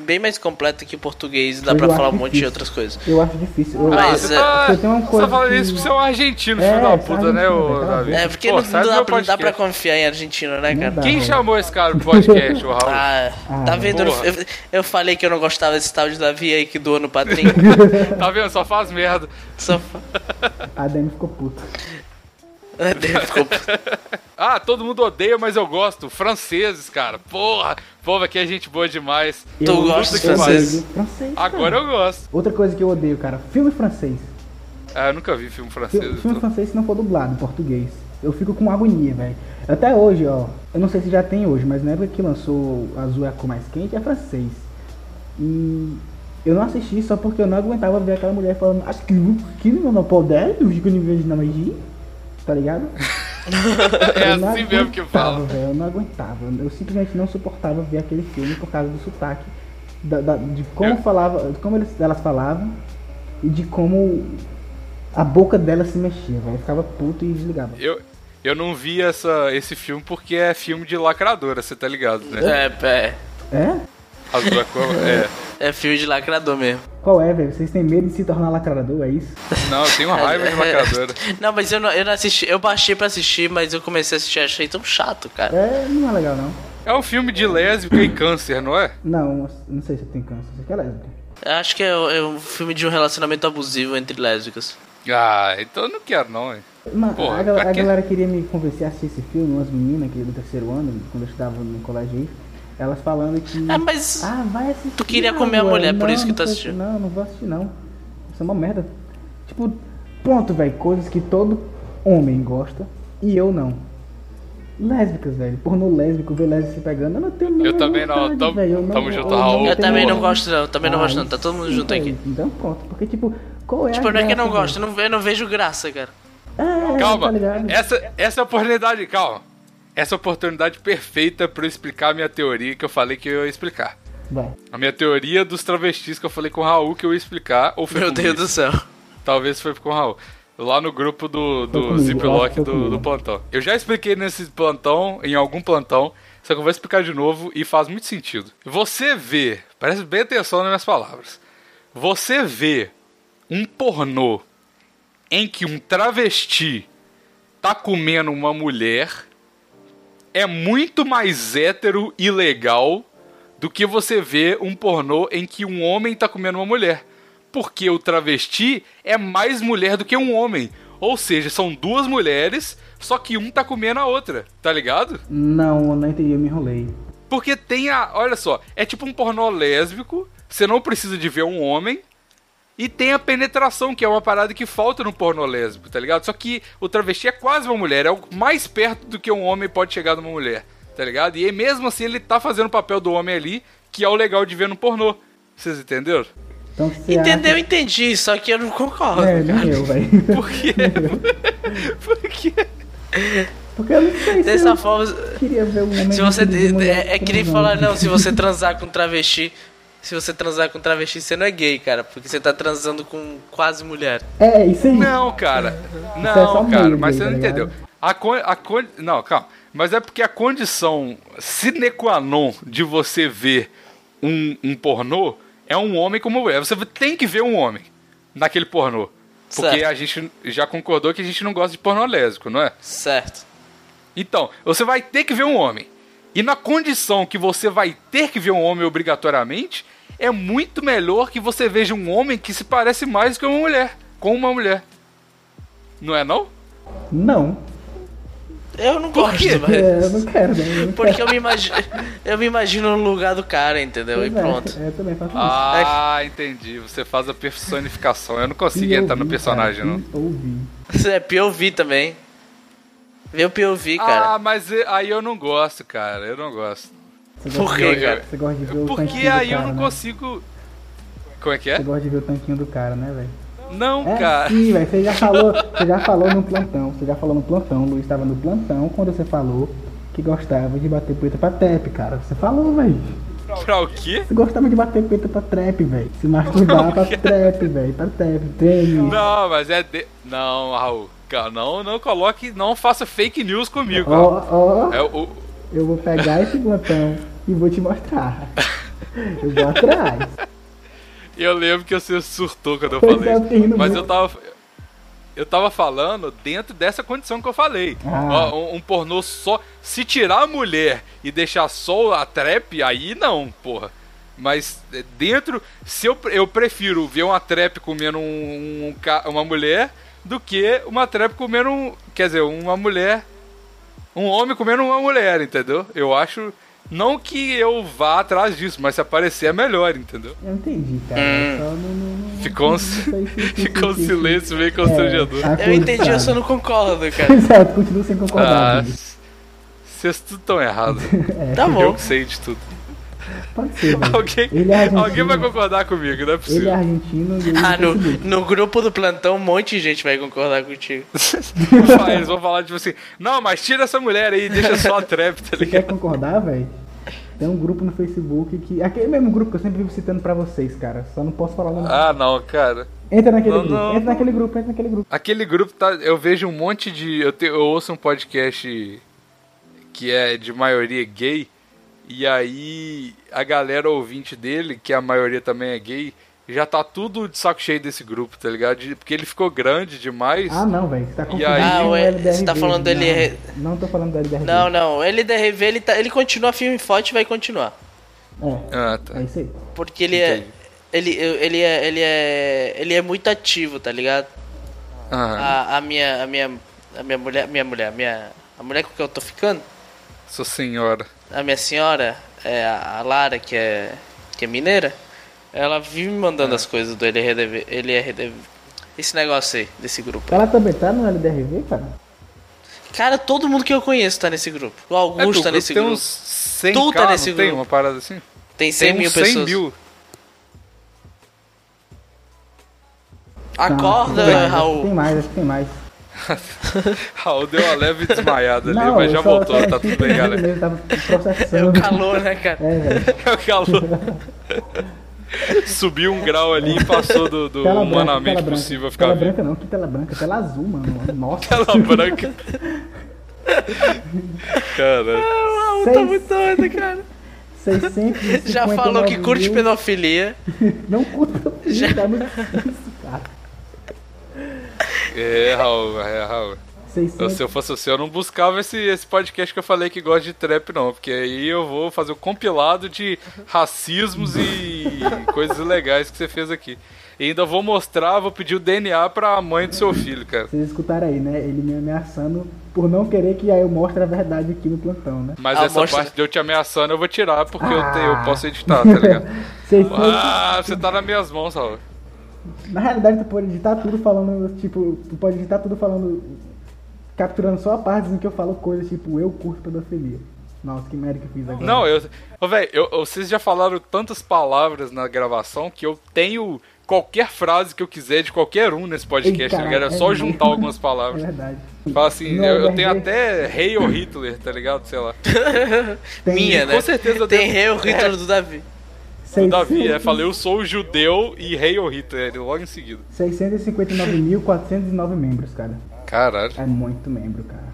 Speaker 2: bem mais completa que o português. Dá
Speaker 3: Eu
Speaker 2: pra
Speaker 3: acho
Speaker 2: falar um monte de
Speaker 3: difícil.
Speaker 2: outras coisas.
Speaker 3: Eu acho difícil. Eu,
Speaker 1: Ah,
Speaker 2: Mas,
Speaker 1: você
Speaker 2: é-
Speaker 1: tá,
Speaker 3: Você tem uma
Speaker 1: você tá
Speaker 3: coisa
Speaker 1: falando
Speaker 3: que-
Speaker 1: isso porque você é um argentino,
Speaker 3: É,
Speaker 1: filho da
Speaker 3: eu sou
Speaker 1: puta, né,
Speaker 3: argentino,
Speaker 1: ô
Speaker 3: velho, cala a
Speaker 1: Davi?
Speaker 3: boca.
Speaker 2: É, porque
Speaker 1: Pô,
Speaker 2: não,
Speaker 1: sai do
Speaker 2: dá
Speaker 1: meu
Speaker 2: pra, não dá
Speaker 1: podcast.
Speaker 2: pra confiar em argentino, né,
Speaker 3: Não
Speaker 2: cara?
Speaker 3: dá.
Speaker 1: Quem chamou esse cara pro podcast, o Raul?
Speaker 2: Ah,
Speaker 3: Ah,
Speaker 2: tá vendo?
Speaker 1: porra.
Speaker 2: Eu, eu falei que eu não gostava desse tal de Davi aí que doou no patrinho.
Speaker 1: Tá vendo? Só faz merda.
Speaker 2: Só...
Speaker 3: A Dani ficou puta.
Speaker 2: É, Desculpa.
Speaker 1: Ah, todo mundo odeia, mas eu gosto. Franceses, cara. Porra, povo aqui é gente boa demais.
Speaker 2: Tu
Speaker 3: Eu
Speaker 2: gosta
Speaker 1: de
Speaker 3: odeio
Speaker 1: francês?
Speaker 3: é francês, cara.
Speaker 1: Agora eu gosto.
Speaker 3: Outra coisa que eu odeio, cara, filme francês.
Speaker 1: Ah, eu nunca vi filme francês.
Speaker 3: Filme, filme
Speaker 1: então.
Speaker 3: francês se não for dublado em português. Eu fico com agonia, velho. Até hoje, ó. Eu não sei se já tem hoje, mas na época que lançou Azul é a cor mais quente, é francês. E eu não assisti só porque eu não aguentava ver aquela mulher falando acho que que não não pode, é, eu fico nível de namagi. Tá ligado?
Speaker 1: É
Speaker 3: Eu não
Speaker 1: assim mesmo que
Speaker 3: aguentava,
Speaker 1: fala.
Speaker 3: velho, Eu não aguentava. Eu simplesmente não suportava ver aquele filme por causa do sotaque, da- da- de como
Speaker 1: Eu-
Speaker 3: falava, de como eles- elas falavam e de como a boca dela se mexia, velho. Eu ficava puto e desligava.
Speaker 1: Eu, eu não vi essa, esse filme porque é filme de lacradora, você tá ligado, né?
Speaker 2: É,
Speaker 3: É?
Speaker 1: Azul é cor- é.
Speaker 2: é, é filme de lacrador mesmo.
Speaker 3: Qual é, velho? Vocês têm medo de se tornar lacrador, é isso?
Speaker 1: Não, eu tenho raiva de lacradora.
Speaker 2: Não, mas eu não, eu não assisti. Eu baixei pra assistir, mas eu comecei a assistir achei tão chato, cara.
Speaker 3: É, não é legal não.
Speaker 1: É um filme de lésbica e câncer, não é?
Speaker 3: Não, não sei se tem câncer, você que é lésbica.
Speaker 2: Eu acho que é, é um filme de um relacionamento abusivo entre lésbicas.
Speaker 1: Ah, então eu não quero não, hein?
Speaker 3: Mano,
Speaker 1: Porra,
Speaker 3: a, gal-
Speaker 1: pra
Speaker 3: a
Speaker 1: quê?
Speaker 3: galera queria me convencer a assistir esse filme, umas meninas aqui do terceiro ano, quando eu estudava no colégio aí, elas falando que.
Speaker 2: É, mas.
Speaker 3: Ah, vai assistir.
Speaker 2: Tu queria comer a
Speaker 3: ué.
Speaker 2: mulher, por
Speaker 3: Não,
Speaker 2: isso que tá tu
Speaker 3: não vou
Speaker 2: assistiu.
Speaker 3: assistir, Não, não vou assistir, não. Isso é uma merda. Tipo, pronto, velho. Coisas que todo homem gosta e eu não. Lésbicas, velho. Pornô lésbico, ver lésbica se pegando. Eu não tenho nenhuma
Speaker 1: também não,
Speaker 3: vontade,
Speaker 1: tamo-
Speaker 3: velho, eu
Speaker 1: tamo junto,
Speaker 3: não
Speaker 1: Raul.
Speaker 2: eu
Speaker 1: Pô,
Speaker 3: tenho
Speaker 2: também não
Speaker 1: porra.
Speaker 2: gosto, não. Também não
Speaker 3: Ah,
Speaker 2: gosto, não.
Speaker 3: isso
Speaker 2: Tá todo mundo
Speaker 3: sim,
Speaker 2: junto
Speaker 3: velho.
Speaker 2: aqui.
Speaker 3: Então pronto. Porque, tipo, qual é
Speaker 2: Tipo,
Speaker 3: a
Speaker 2: não é que eu
Speaker 3: graça,
Speaker 2: não
Speaker 3: velho?
Speaker 2: gosto, eu não, eu não vejo graça, cara.
Speaker 3: É,
Speaker 1: Calma,
Speaker 3: tá ligado?
Speaker 1: essa, essa é a oportunidade, calma. Essa é a oportunidade perfeita pra eu explicar a minha teoria que eu falei que eu ia explicar.
Speaker 3: Vai.
Speaker 1: A minha teoria dos travestis que eu falei com o Raul que eu ia explicar, ou foi
Speaker 2: Meu
Speaker 1: comigo?
Speaker 2: Deus do céu.
Speaker 1: Talvez foi com o Raul. Lá no grupo do,
Speaker 3: Foi
Speaker 1: do
Speaker 3: comigo, acho
Speaker 1: Ziploc
Speaker 3: que foi
Speaker 1: do,
Speaker 3: comigo.
Speaker 1: do plantão. Eu já expliquei nesse plantão, em algum plantão, só que eu vou explicar de novo e faz muito sentido. Você vê, presta bem atenção nas minhas palavras. Você vê um pornô em que um travesti tá comendo uma mulher é muito mais hétero e legal do que você ver um pornô em que um homem tá comendo uma mulher. Porque o travesti é mais mulher do que um homem. Ou seja, são duas mulheres, só que um tá comendo a outra, tá ligado?
Speaker 3: Não, eu não entendi, eu me enrolei.
Speaker 1: Porque tem a. Olha só, é tipo um pornô lésbico, você não precisa de ver um homem. E tem a penetração, que é uma parada que falta no pornô lésbico, tá ligado? Só que o travesti é quase uma mulher, é o mais perto do que um homem pode chegar numa mulher, tá ligado? E aí, mesmo assim ele tá fazendo o papel do homem ali, que é o legal de ver no pornô. Vocês entenderam?
Speaker 3: Então, você
Speaker 2: Entendeu?
Speaker 3: Acha...
Speaker 2: Entendi, só que eu não concordo.
Speaker 3: É,
Speaker 2: cara.
Speaker 3: nem eu, velho.
Speaker 1: Por quê? Por quê?
Speaker 3: Porque eu não sei se
Speaker 2: Dessa
Speaker 3: eu
Speaker 2: forma.
Speaker 3: queria ver um homem
Speaker 2: Se você.
Speaker 3: vestido de mulher
Speaker 2: É, é que nem
Speaker 3: transando.
Speaker 2: falar, não, se você transar com travesti. Se você transar com travesti, você não é gay, cara. Porque você tá transando com quase mulher.
Speaker 3: É, isso aí.
Speaker 1: Não, cara.
Speaker 3: é só
Speaker 1: Não,
Speaker 3: meio
Speaker 1: cara, mas
Speaker 3: gay,
Speaker 1: você não
Speaker 3: tá ligado?
Speaker 1: entendeu. A con a con não, calma. Mas é porque a condição sine qua non de você ver um, um pornô é um homem como mulher. Você tem que ver um homem naquele pornô. Porque
Speaker 2: Certo.
Speaker 1: a gente já concordou que a gente não gosta de pornô lésbico, não é?
Speaker 2: Certo.
Speaker 1: Então, você vai ter que ver um homem. E na condição que você vai ter que ver um homem obrigatoriamente, é muito melhor que você veja um homem que se parece mais com uma mulher. Com uma mulher. Não é não?
Speaker 3: Não.
Speaker 2: Eu não
Speaker 1: Por
Speaker 2: gosto,
Speaker 1: quê?
Speaker 2: mas.
Speaker 3: É, eu não quero, né? Eu não
Speaker 2: Porque eu me imagino. Eu me imagino no lugar do cara, entendeu? E
Speaker 3: quero.
Speaker 2: pronto.
Speaker 3: É, eu também faço
Speaker 1: Ah, entendi. Você faz a personificação. Eu não
Speaker 3: isso.
Speaker 1: consigo
Speaker 3: E
Speaker 1: entrar
Speaker 3: ouvi,
Speaker 2: é
Speaker 1: no personagem,
Speaker 3: cara,
Speaker 1: não.
Speaker 3: e Ouvi.
Speaker 2: Isso é POV também. Vê o POV, cara.
Speaker 1: Ah, mas e- aí eu não gosto, cara. Eu não gosto.
Speaker 3: Você
Speaker 2: Por
Speaker 3: gosta
Speaker 2: quê,
Speaker 3: de-
Speaker 2: cara?
Speaker 3: Você gosta de ver o tanquinho
Speaker 1: Porque
Speaker 3: do
Speaker 1: aí eu
Speaker 3: cara,
Speaker 1: não
Speaker 3: né?
Speaker 1: consigo. Como é que é?
Speaker 3: Você gosta de ver o tanquinho do cara, né, velho?
Speaker 1: Não,
Speaker 3: É,
Speaker 1: cara.
Speaker 3: sim, velho. Você já falou, você já falou no plantão, você já falou no plantão, o Luiz estava no plantão quando você falou que gostava de bater punheta pra trap, cara. Você falou, velho.
Speaker 1: Pra o quê?
Speaker 3: Você gostava de bater punheta pra trap, velho. Se masturbar pra trap, velho. Pra trap, treino.
Speaker 1: Não, mas é de... Não, Raul. Cara, não, não coloque, não faça fake news comigo. Raul.
Speaker 3: Ó, ó,
Speaker 1: É o, o-
Speaker 3: eu vou pegar esse plantão e vou te mostrar. Eu vou atrás.
Speaker 1: eu lembro que você surtou quando eu
Speaker 3: Pois
Speaker 1: falei.
Speaker 3: é, eu tô rindo
Speaker 1: isso. Mas eu
Speaker 3: muito.
Speaker 1: tava eu tava falando dentro dessa condição que eu falei.
Speaker 3: Ah.
Speaker 1: Ó, um, um pornô só se tirar a mulher e deixar só a trap aí não, porra. Mas é, dentro, se eu, eu prefiro ver uma trap comendo um, um ca- uma mulher do que uma trap comendo um, quer dizer, uma mulher um homem comendo uma mulher, entendeu? Eu acho. Não que eu vá atrás disso, mas se aparecer é melhor, entendeu?
Speaker 3: Eu entendi, cara. Eu só não- não- não-
Speaker 1: Hum. Ficou um,
Speaker 3: sei se- se-
Speaker 1: ficou um
Speaker 3: se- se-
Speaker 1: silêncio meio
Speaker 3: é,
Speaker 1: constrangedor.
Speaker 3: tá
Speaker 2: Eu entendi, eu
Speaker 3: acordado.
Speaker 2: só não concordo, cara.
Speaker 3: Exato, continuo sem concordar.
Speaker 1: Ah,
Speaker 3: Vivi.
Speaker 1: vocês tudo tão errado.
Speaker 2: Tá
Speaker 1: Eu
Speaker 2: bom.
Speaker 1: que sei de tudo.
Speaker 3: Pode ser. Vivi.
Speaker 1: Alguém,
Speaker 3: Ele é argentino.
Speaker 1: alguém vai concordar comigo, não é
Speaker 3: Ele é
Speaker 1: possível.
Speaker 3: argentino e ele
Speaker 2: Ah,
Speaker 3: é
Speaker 2: no,
Speaker 3: português.
Speaker 2: no grupo do plantão, um monte de gente vai concordar contigo.
Speaker 1: Eles vão falar tipo assim, não, mas tira essa mulher aí, deixa só a trap, tá
Speaker 3: Você quer
Speaker 1: ligado?
Speaker 3: concordar, velho? Tem um grupo no Facebook que. Aquele mesmo grupo que eu sempre vivo citando pra vocês, cara. Só não posso falar o nome.
Speaker 1: Ah, não, cara.
Speaker 3: entra naquele
Speaker 1: não,
Speaker 3: grupo,
Speaker 1: não.
Speaker 3: entra naquele grupo, entra naquele grupo.
Speaker 1: Aquele grupo tá. Eu vejo um monte de. Eu, te- eu ouço um podcast que é de maioria gay. E aí a galera ouvinte dele, que a maioria também é gay, já tá tudo de saco cheio desse grupo, tá ligado? De- Porque ele ficou grande demais.
Speaker 3: Ah, não, velho. Você tá confundindo
Speaker 1: aí?
Speaker 3: com
Speaker 1: Ah,
Speaker 3: o
Speaker 2: ué,
Speaker 3: LDRV.
Speaker 2: você tá falando do
Speaker 3: não,
Speaker 2: LR.
Speaker 3: né? Não tô falando do LDRV.
Speaker 2: Não, não. O LDRV, ele, tá, ele continua firme e forte e vai continuar.
Speaker 3: É,
Speaker 1: Ah, tá.
Speaker 3: é isso aí.
Speaker 2: Porque ele é,
Speaker 1: Entendi.
Speaker 2: ele, ele é. Ele é. Ele é muito ativo, tá ligado?
Speaker 1: Ah,
Speaker 2: A, a minha. A minha. A minha mulher. Minha mulher. Minha, a mulher com que eu tô ficando.
Speaker 1: sou senhora.
Speaker 2: a minha senhora, é, a a Lara, que é, que é mineira, ela vive me mandando
Speaker 1: É.
Speaker 2: as coisas do é LRDV, LRDV. Esse negócio aí, desse grupo.
Speaker 3: Ela também tá no LDRV, cara?
Speaker 2: Cara, todo mundo que eu conheço tá nesse grupo. O
Speaker 1: É,
Speaker 2: Augusto
Speaker 1: porque
Speaker 2: tá nesse
Speaker 1: tem
Speaker 2: grupo.
Speaker 1: uns 100
Speaker 2: Tu tá
Speaker 1: k,
Speaker 2: nesse
Speaker 1: não tem
Speaker 2: grupo.
Speaker 1: uma parada assim?
Speaker 2: Tem 100
Speaker 1: tem
Speaker 2: mil
Speaker 1: uns 100
Speaker 2: pessoas.
Speaker 1: mil.
Speaker 2: Acorda,
Speaker 3: Não, tem mais, acho que
Speaker 2: Raul.
Speaker 3: Tem mais, acho que tem mais.
Speaker 1: Raul Ah, deu uma leve desmaiada ali,
Speaker 3: Não,
Speaker 1: mas já
Speaker 3: eu só-
Speaker 1: voltou,
Speaker 3: só
Speaker 1: tá
Speaker 3: achei
Speaker 1: tudo
Speaker 3: que
Speaker 1: bem,
Speaker 3: ele
Speaker 1: galera.
Speaker 3: mesmo Tava processando.
Speaker 2: Calor, né, cara?
Speaker 3: É, velho.
Speaker 1: O calor. Subiu um grau ali e passou do, do
Speaker 3: Tela branca,
Speaker 1: humanamente
Speaker 3: tela
Speaker 1: possível
Speaker 3: branca.
Speaker 1: ficar
Speaker 3: Tela
Speaker 1: vivo.
Speaker 3: branca não, que tela branca, tela azul, mano. Nossa,
Speaker 1: Tela branca. Cara,
Speaker 2: O Raul tá
Speaker 3: Seis-
Speaker 2: muito doido, cara.
Speaker 3: 650.
Speaker 2: Já falou que curte pedofilia.
Speaker 3: Não curta, já dá muito isso, cara.
Speaker 1: é, Raul, é, Raul.
Speaker 3: 600,
Speaker 1: Se eu fosse o seu, eu não buscava esse, esse podcast que eu falei que gosta de trap, não. Porque aí eu vou fazer o compilado de racismos e coisas legais que você fez aqui. E ainda vou mostrar, vou pedir o DNA pra mãe do seu filho, cara.
Speaker 3: Vocês escutaram aí, né? Ele me ameaçando por não querer que aí eu mostre a verdade aqui no plantão, né?
Speaker 1: Mas
Speaker 2: Ah,
Speaker 1: essa
Speaker 2: mostra.
Speaker 1: parte de eu te ameaçando eu vou tirar, porque eu, te- eu
Speaker 3: Ah.
Speaker 1: posso editar, tá ligado?
Speaker 3: 600,
Speaker 1: Ah, você tá nas minhas mãos, Raul.
Speaker 3: Na realidade, tu pode editar tudo falando, tipo, tu pode editar tudo falando, capturando só a parte em que eu falo coisas tipo, eu curto pedofilia. Nossa, que merda que eu fiz agora.
Speaker 1: Não, eu. Ô, velho, eu- eu- vocês já falaram tantas palavras na gravação que eu tenho qualquer frase que eu quiser de qualquer um nesse podcast,
Speaker 3: Ei, cara,
Speaker 1: tá ligado? É
Speaker 3: é
Speaker 1: só
Speaker 3: mesmo.
Speaker 1: juntar algumas
Speaker 3: É
Speaker 1: palavras.
Speaker 3: verdade. é-
Speaker 1: Fala assim,
Speaker 3: No
Speaker 1: eu, eu tenho
Speaker 3: LRV
Speaker 1: até Rei ou Hitler, tá ligado? Sei lá.
Speaker 3: tem É.
Speaker 2: Minha, né?
Speaker 1: Com certeza eu
Speaker 2: Tem
Speaker 1: tenho-
Speaker 2: rei o Hitler do Davi.
Speaker 1: O
Speaker 3: 600,
Speaker 1: Davi, é, falei, eu sou judeu e Rei ou Hitler, logo em seguida.
Speaker 3: 659.409 membros, cara.
Speaker 1: Caralho.
Speaker 3: É muito membro, cara.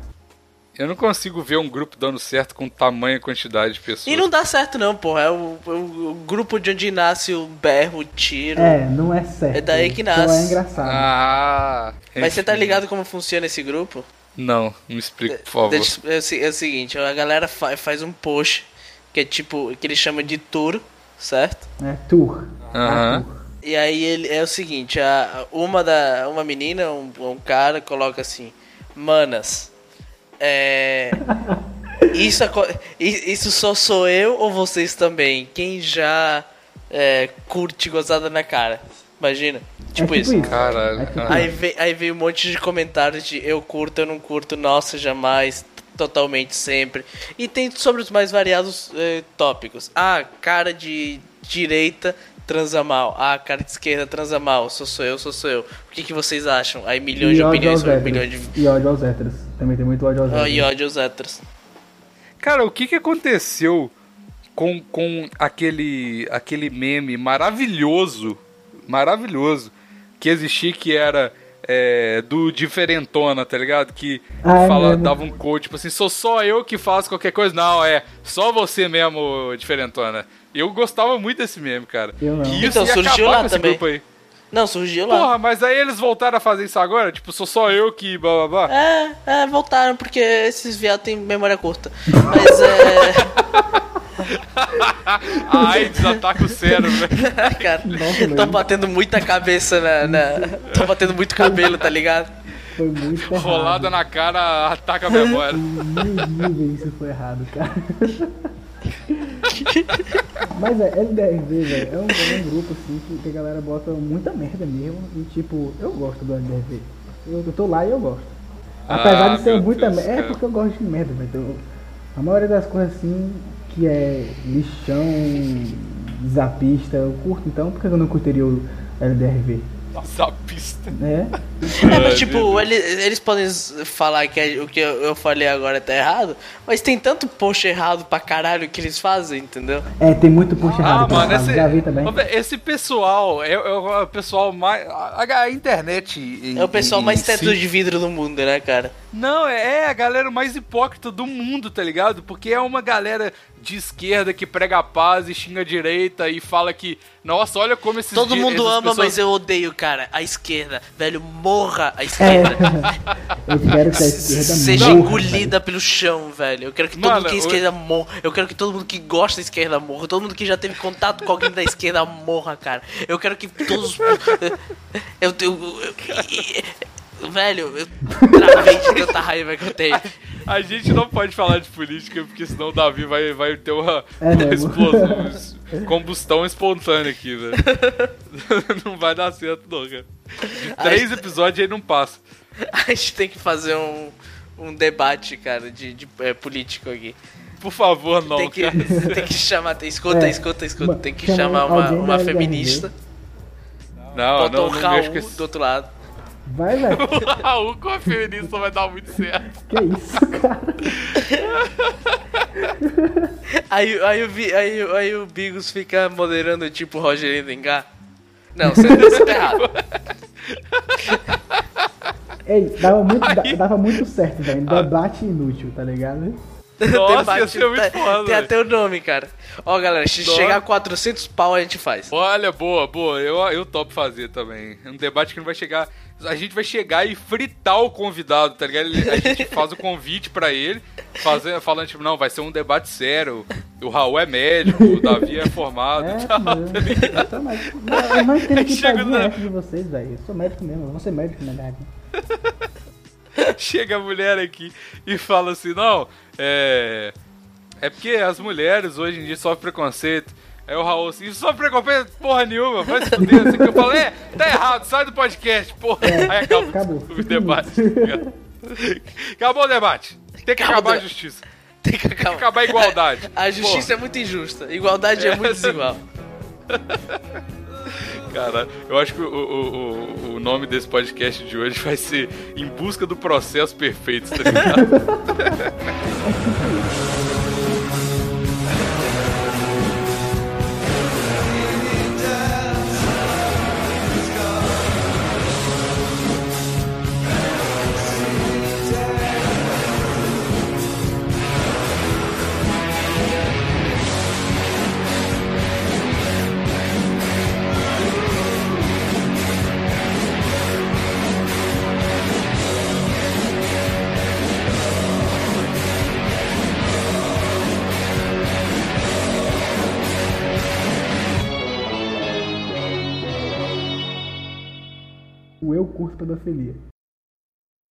Speaker 1: Eu não consigo ver um grupo dando certo com tamanha quantidade de pessoas.
Speaker 2: E não dá certo, não, porra. É o, o- o grupo de onde nasce o berro, o tiro.
Speaker 3: É, não é certo.
Speaker 2: É daí que
Speaker 3: Só
Speaker 2: nasce.
Speaker 3: é engraçado.
Speaker 1: Ah.
Speaker 2: Mas você tá
Speaker 1: enfim.
Speaker 2: ligado como funciona esse grupo?
Speaker 1: Não, me explica, por favor.
Speaker 2: Deixa- é, o se- é o seguinte, a galera fa- faz um post que é tipo, que eles chamam de tour, certo?
Speaker 3: É tour.
Speaker 1: Aham.
Speaker 3: É tour.
Speaker 2: E aí ele, é o seguinte, a, uma, da, uma menina, um, um cara, coloca assim, manas, é, isso, aco- i- isso só sou eu ou vocês também? Quem já é, curte gozada na cara? Imagina. Tipo isso.
Speaker 1: Caralho.
Speaker 3: É tipo
Speaker 1: Ah,
Speaker 2: Aí, ve- aí veio um monte de comentários de eu curto, eu não curto, nossa, jamais, totalmente, sempre. E tem sobre os mais variados eh, tópicos. Ah, cara de direita transa mal. Ah, cara de esquerda transa mal. Sou sou eu, sou sou eu. O que, que vocês acham? Aí milhões de
Speaker 3: E ódio
Speaker 2: opiniões
Speaker 3: aos
Speaker 2: sobre
Speaker 3: héteros.
Speaker 2: milhões de...
Speaker 3: E ódio aos héteros. Também tem muito ódio aos
Speaker 2: Ah, e
Speaker 3: héteros.
Speaker 2: ódio aos héteros.
Speaker 1: Cara, o que, que aconteceu com, com aquele, aquele meme maravilhoso, maravilhoso, que existia que era é, do diferentona, tá ligado? Que
Speaker 3: Ah, é
Speaker 1: fala-
Speaker 3: mesmo.
Speaker 1: dava um coach, tipo assim, sou só eu que faço qualquer coisa. Não, é só você mesmo, diferentona. Eu gostava muito desse meme, cara.
Speaker 3: Eu não.
Speaker 1: E isso
Speaker 2: Então,
Speaker 1: ia
Speaker 2: surgiu
Speaker 1: acabar
Speaker 2: lá
Speaker 1: com esse
Speaker 2: também.
Speaker 1: grupo aí.
Speaker 2: Não, surgiu lá.
Speaker 1: Porra, mas aí eles voltaram a fazer isso agora? Tipo, sou só eu que blá blá blá.
Speaker 2: É, é, voltaram, porque esses viados têm memória curta. Mas é.
Speaker 1: A AIDS ataca o cérebro, né?
Speaker 2: cara,
Speaker 3: Nossa,
Speaker 2: tá
Speaker 3: mano.
Speaker 2: batendo muita cabeça na. na... Tá batendo muito cabelo, tá ligado?
Speaker 3: Foi muito errado.
Speaker 1: Rolada na cara, ataca a memória.
Speaker 3: Meu Deus, isso foi errado, cara. Mas é, LDRV, velho, é um, é um grupo assim que, que a galera bota muita merda mesmo. E tipo, eu gosto do LDRV. Eu, eu tô lá e eu gosto. Apesar
Speaker 1: Ah,
Speaker 3: de ser
Speaker 1: meu
Speaker 3: muita
Speaker 1: Deus,
Speaker 3: merda. É
Speaker 1: cara.
Speaker 3: porque eu gosto de merda, velho. Então, a maioria das coisas assim que é lixão, zapista, eu curto, então por que eu não curtiria o LDRV?
Speaker 1: Zapista.
Speaker 3: Né?
Speaker 2: É, mas
Speaker 1: Ai,
Speaker 2: tipo,
Speaker 1: meu
Speaker 2: eles, eles podem s- falar que é- o que eu eu falei agora tá errado, mas tem tanto post errado pra caralho que eles fazem, entendeu?
Speaker 3: É, tem muito puxa errado,
Speaker 1: Ah,
Speaker 3: que eu
Speaker 1: mano,
Speaker 3: falo,
Speaker 1: esse,
Speaker 3: já vi também.
Speaker 1: esse pessoal é, é o pessoal mais. A, a internet. em-
Speaker 2: É o pessoal
Speaker 1: em
Speaker 2: mais
Speaker 1: si-
Speaker 2: teto de vidro do mundo, né, cara?
Speaker 1: Não, é a galera mais hipócrita do mundo, tá ligado? Porque é uma galera de esquerda que prega a paz e xinga a direita e fala que. Nossa, olha como esses
Speaker 2: Todo
Speaker 1: di-
Speaker 2: mundo
Speaker 1: essas
Speaker 2: ama,
Speaker 1: pessoas-
Speaker 2: mas eu odeio, cara. A esquerda, velho, morra a
Speaker 3: É.
Speaker 2: esquerda.
Speaker 3: Eu quero que a esquerda
Speaker 2: É. Seja
Speaker 3: morra,
Speaker 2: engolida pelo chão, velho. Eu quero que todo
Speaker 1: Mano,
Speaker 2: mundo que é
Speaker 1: o-
Speaker 2: esquerda morra. Eu quero que todo mundo que gosta da esquerda morra. Todo mundo que já teve contato com alguém da esquerda morra, cara. Eu quero que todos. Eu tenho. eu- eu- Velho, eu travei de tanta raiva que eu tenho.
Speaker 1: A gente não pode falar de política, porque senão o Davi vai, vai ter uma,
Speaker 3: É
Speaker 1: uma
Speaker 3: mesmo.
Speaker 1: explosão, es- combustão espontânea aqui, né? não vai dar certo, não, cara. De
Speaker 2: Ai,
Speaker 1: três episódios aí não passa.
Speaker 2: A gente tem que fazer um, um debate, cara, de, de, é, político aqui.
Speaker 1: Por favor, não,
Speaker 2: tem, que,
Speaker 1: cara.
Speaker 2: tem que chamar. tem- Escuta,
Speaker 3: É,
Speaker 2: escuta, escuta.
Speaker 3: ma-
Speaker 2: Tem que
Speaker 3: chama
Speaker 2: chamar uma,
Speaker 3: alguém
Speaker 2: uma
Speaker 3: da LRV.
Speaker 2: feminista.
Speaker 1: Ah, Não,
Speaker 2: Bota
Speaker 1: não,
Speaker 2: o
Speaker 1: não mexe com
Speaker 2: Raul do
Speaker 1: esse...
Speaker 2: outro lado.
Speaker 3: Vai, velho.
Speaker 1: O Raul com a feminista vai dar muito certo.
Speaker 3: Que isso, cara?
Speaker 2: Aí, aí, o Vi- aí, o- aí o Bigos fica moderando tipo Roger Edengá. Não, você você tá errado.
Speaker 3: Ei, dava muito, da- dava muito certo, velho. Um Debate inútil, tá ligado?
Speaker 1: Nossa, ia
Speaker 2: Debate,
Speaker 1: ser muito
Speaker 2: tá-
Speaker 1: foda,
Speaker 2: Tem
Speaker 1: velho.
Speaker 2: até o nome, cara. Ó, galera, se
Speaker 1: Nossa.
Speaker 2: chegar a 400 pau a gente faz.
Speaker 1: Olha, boa, boa. Eu, eu topo fazer também. É um debate que não vai chegar. A gente vai chegar e fritar o convidado, tá ligado? Ele- A gente faz o convite pra ele, fazer, falando, tipo, não, vai ser um debate sério. O Raul é médico, o Davi é formado.
Speaker 3: É,
Speaker 1: e tal.
Speaker 3: mano. Eu tô médico. Não, eu não entendo que
Speaker 1: Chega
Speaker 3: fazia
Speaker 1: na-
Speaker 3: de vocês, velho. Eu sou médico mesmo, eu vou ser médico, na verdade.
Speaker 1: Chega a mulher aqui e fala assim: não, é. É porque as mulheres hoje em dia sofrem preconceito. Aí o Raul assim, isso sofre preconceito? Porra nenhuma, vai se fuder. Assim, que eu falei, é, tá errado, sai do podcast, porra. Aí acaba
Speaker 3: acabou.
Speaker 1: o debate. tá ligado? acabou o debate. Tem que
Speaker 2: Acabou
Speaker 1: acabar
Speaker 2: o
Speaker 1: a
Speaker 2: debate.
Speaker 1: justiça. Tem
Speaker 2: Tem que acabar.
Speaker 1: que acabar a igualdade.
Speaker 2: A justiça é muito injusta. Igualdade é, muito desigual.
Speaker 1: Cara, eu acho que o, o- o- o nome desse podcast de hoje vai ser Em Busca do Processo Perfeito, tá ligado?
Speaker 3: O eu curto pedofilia.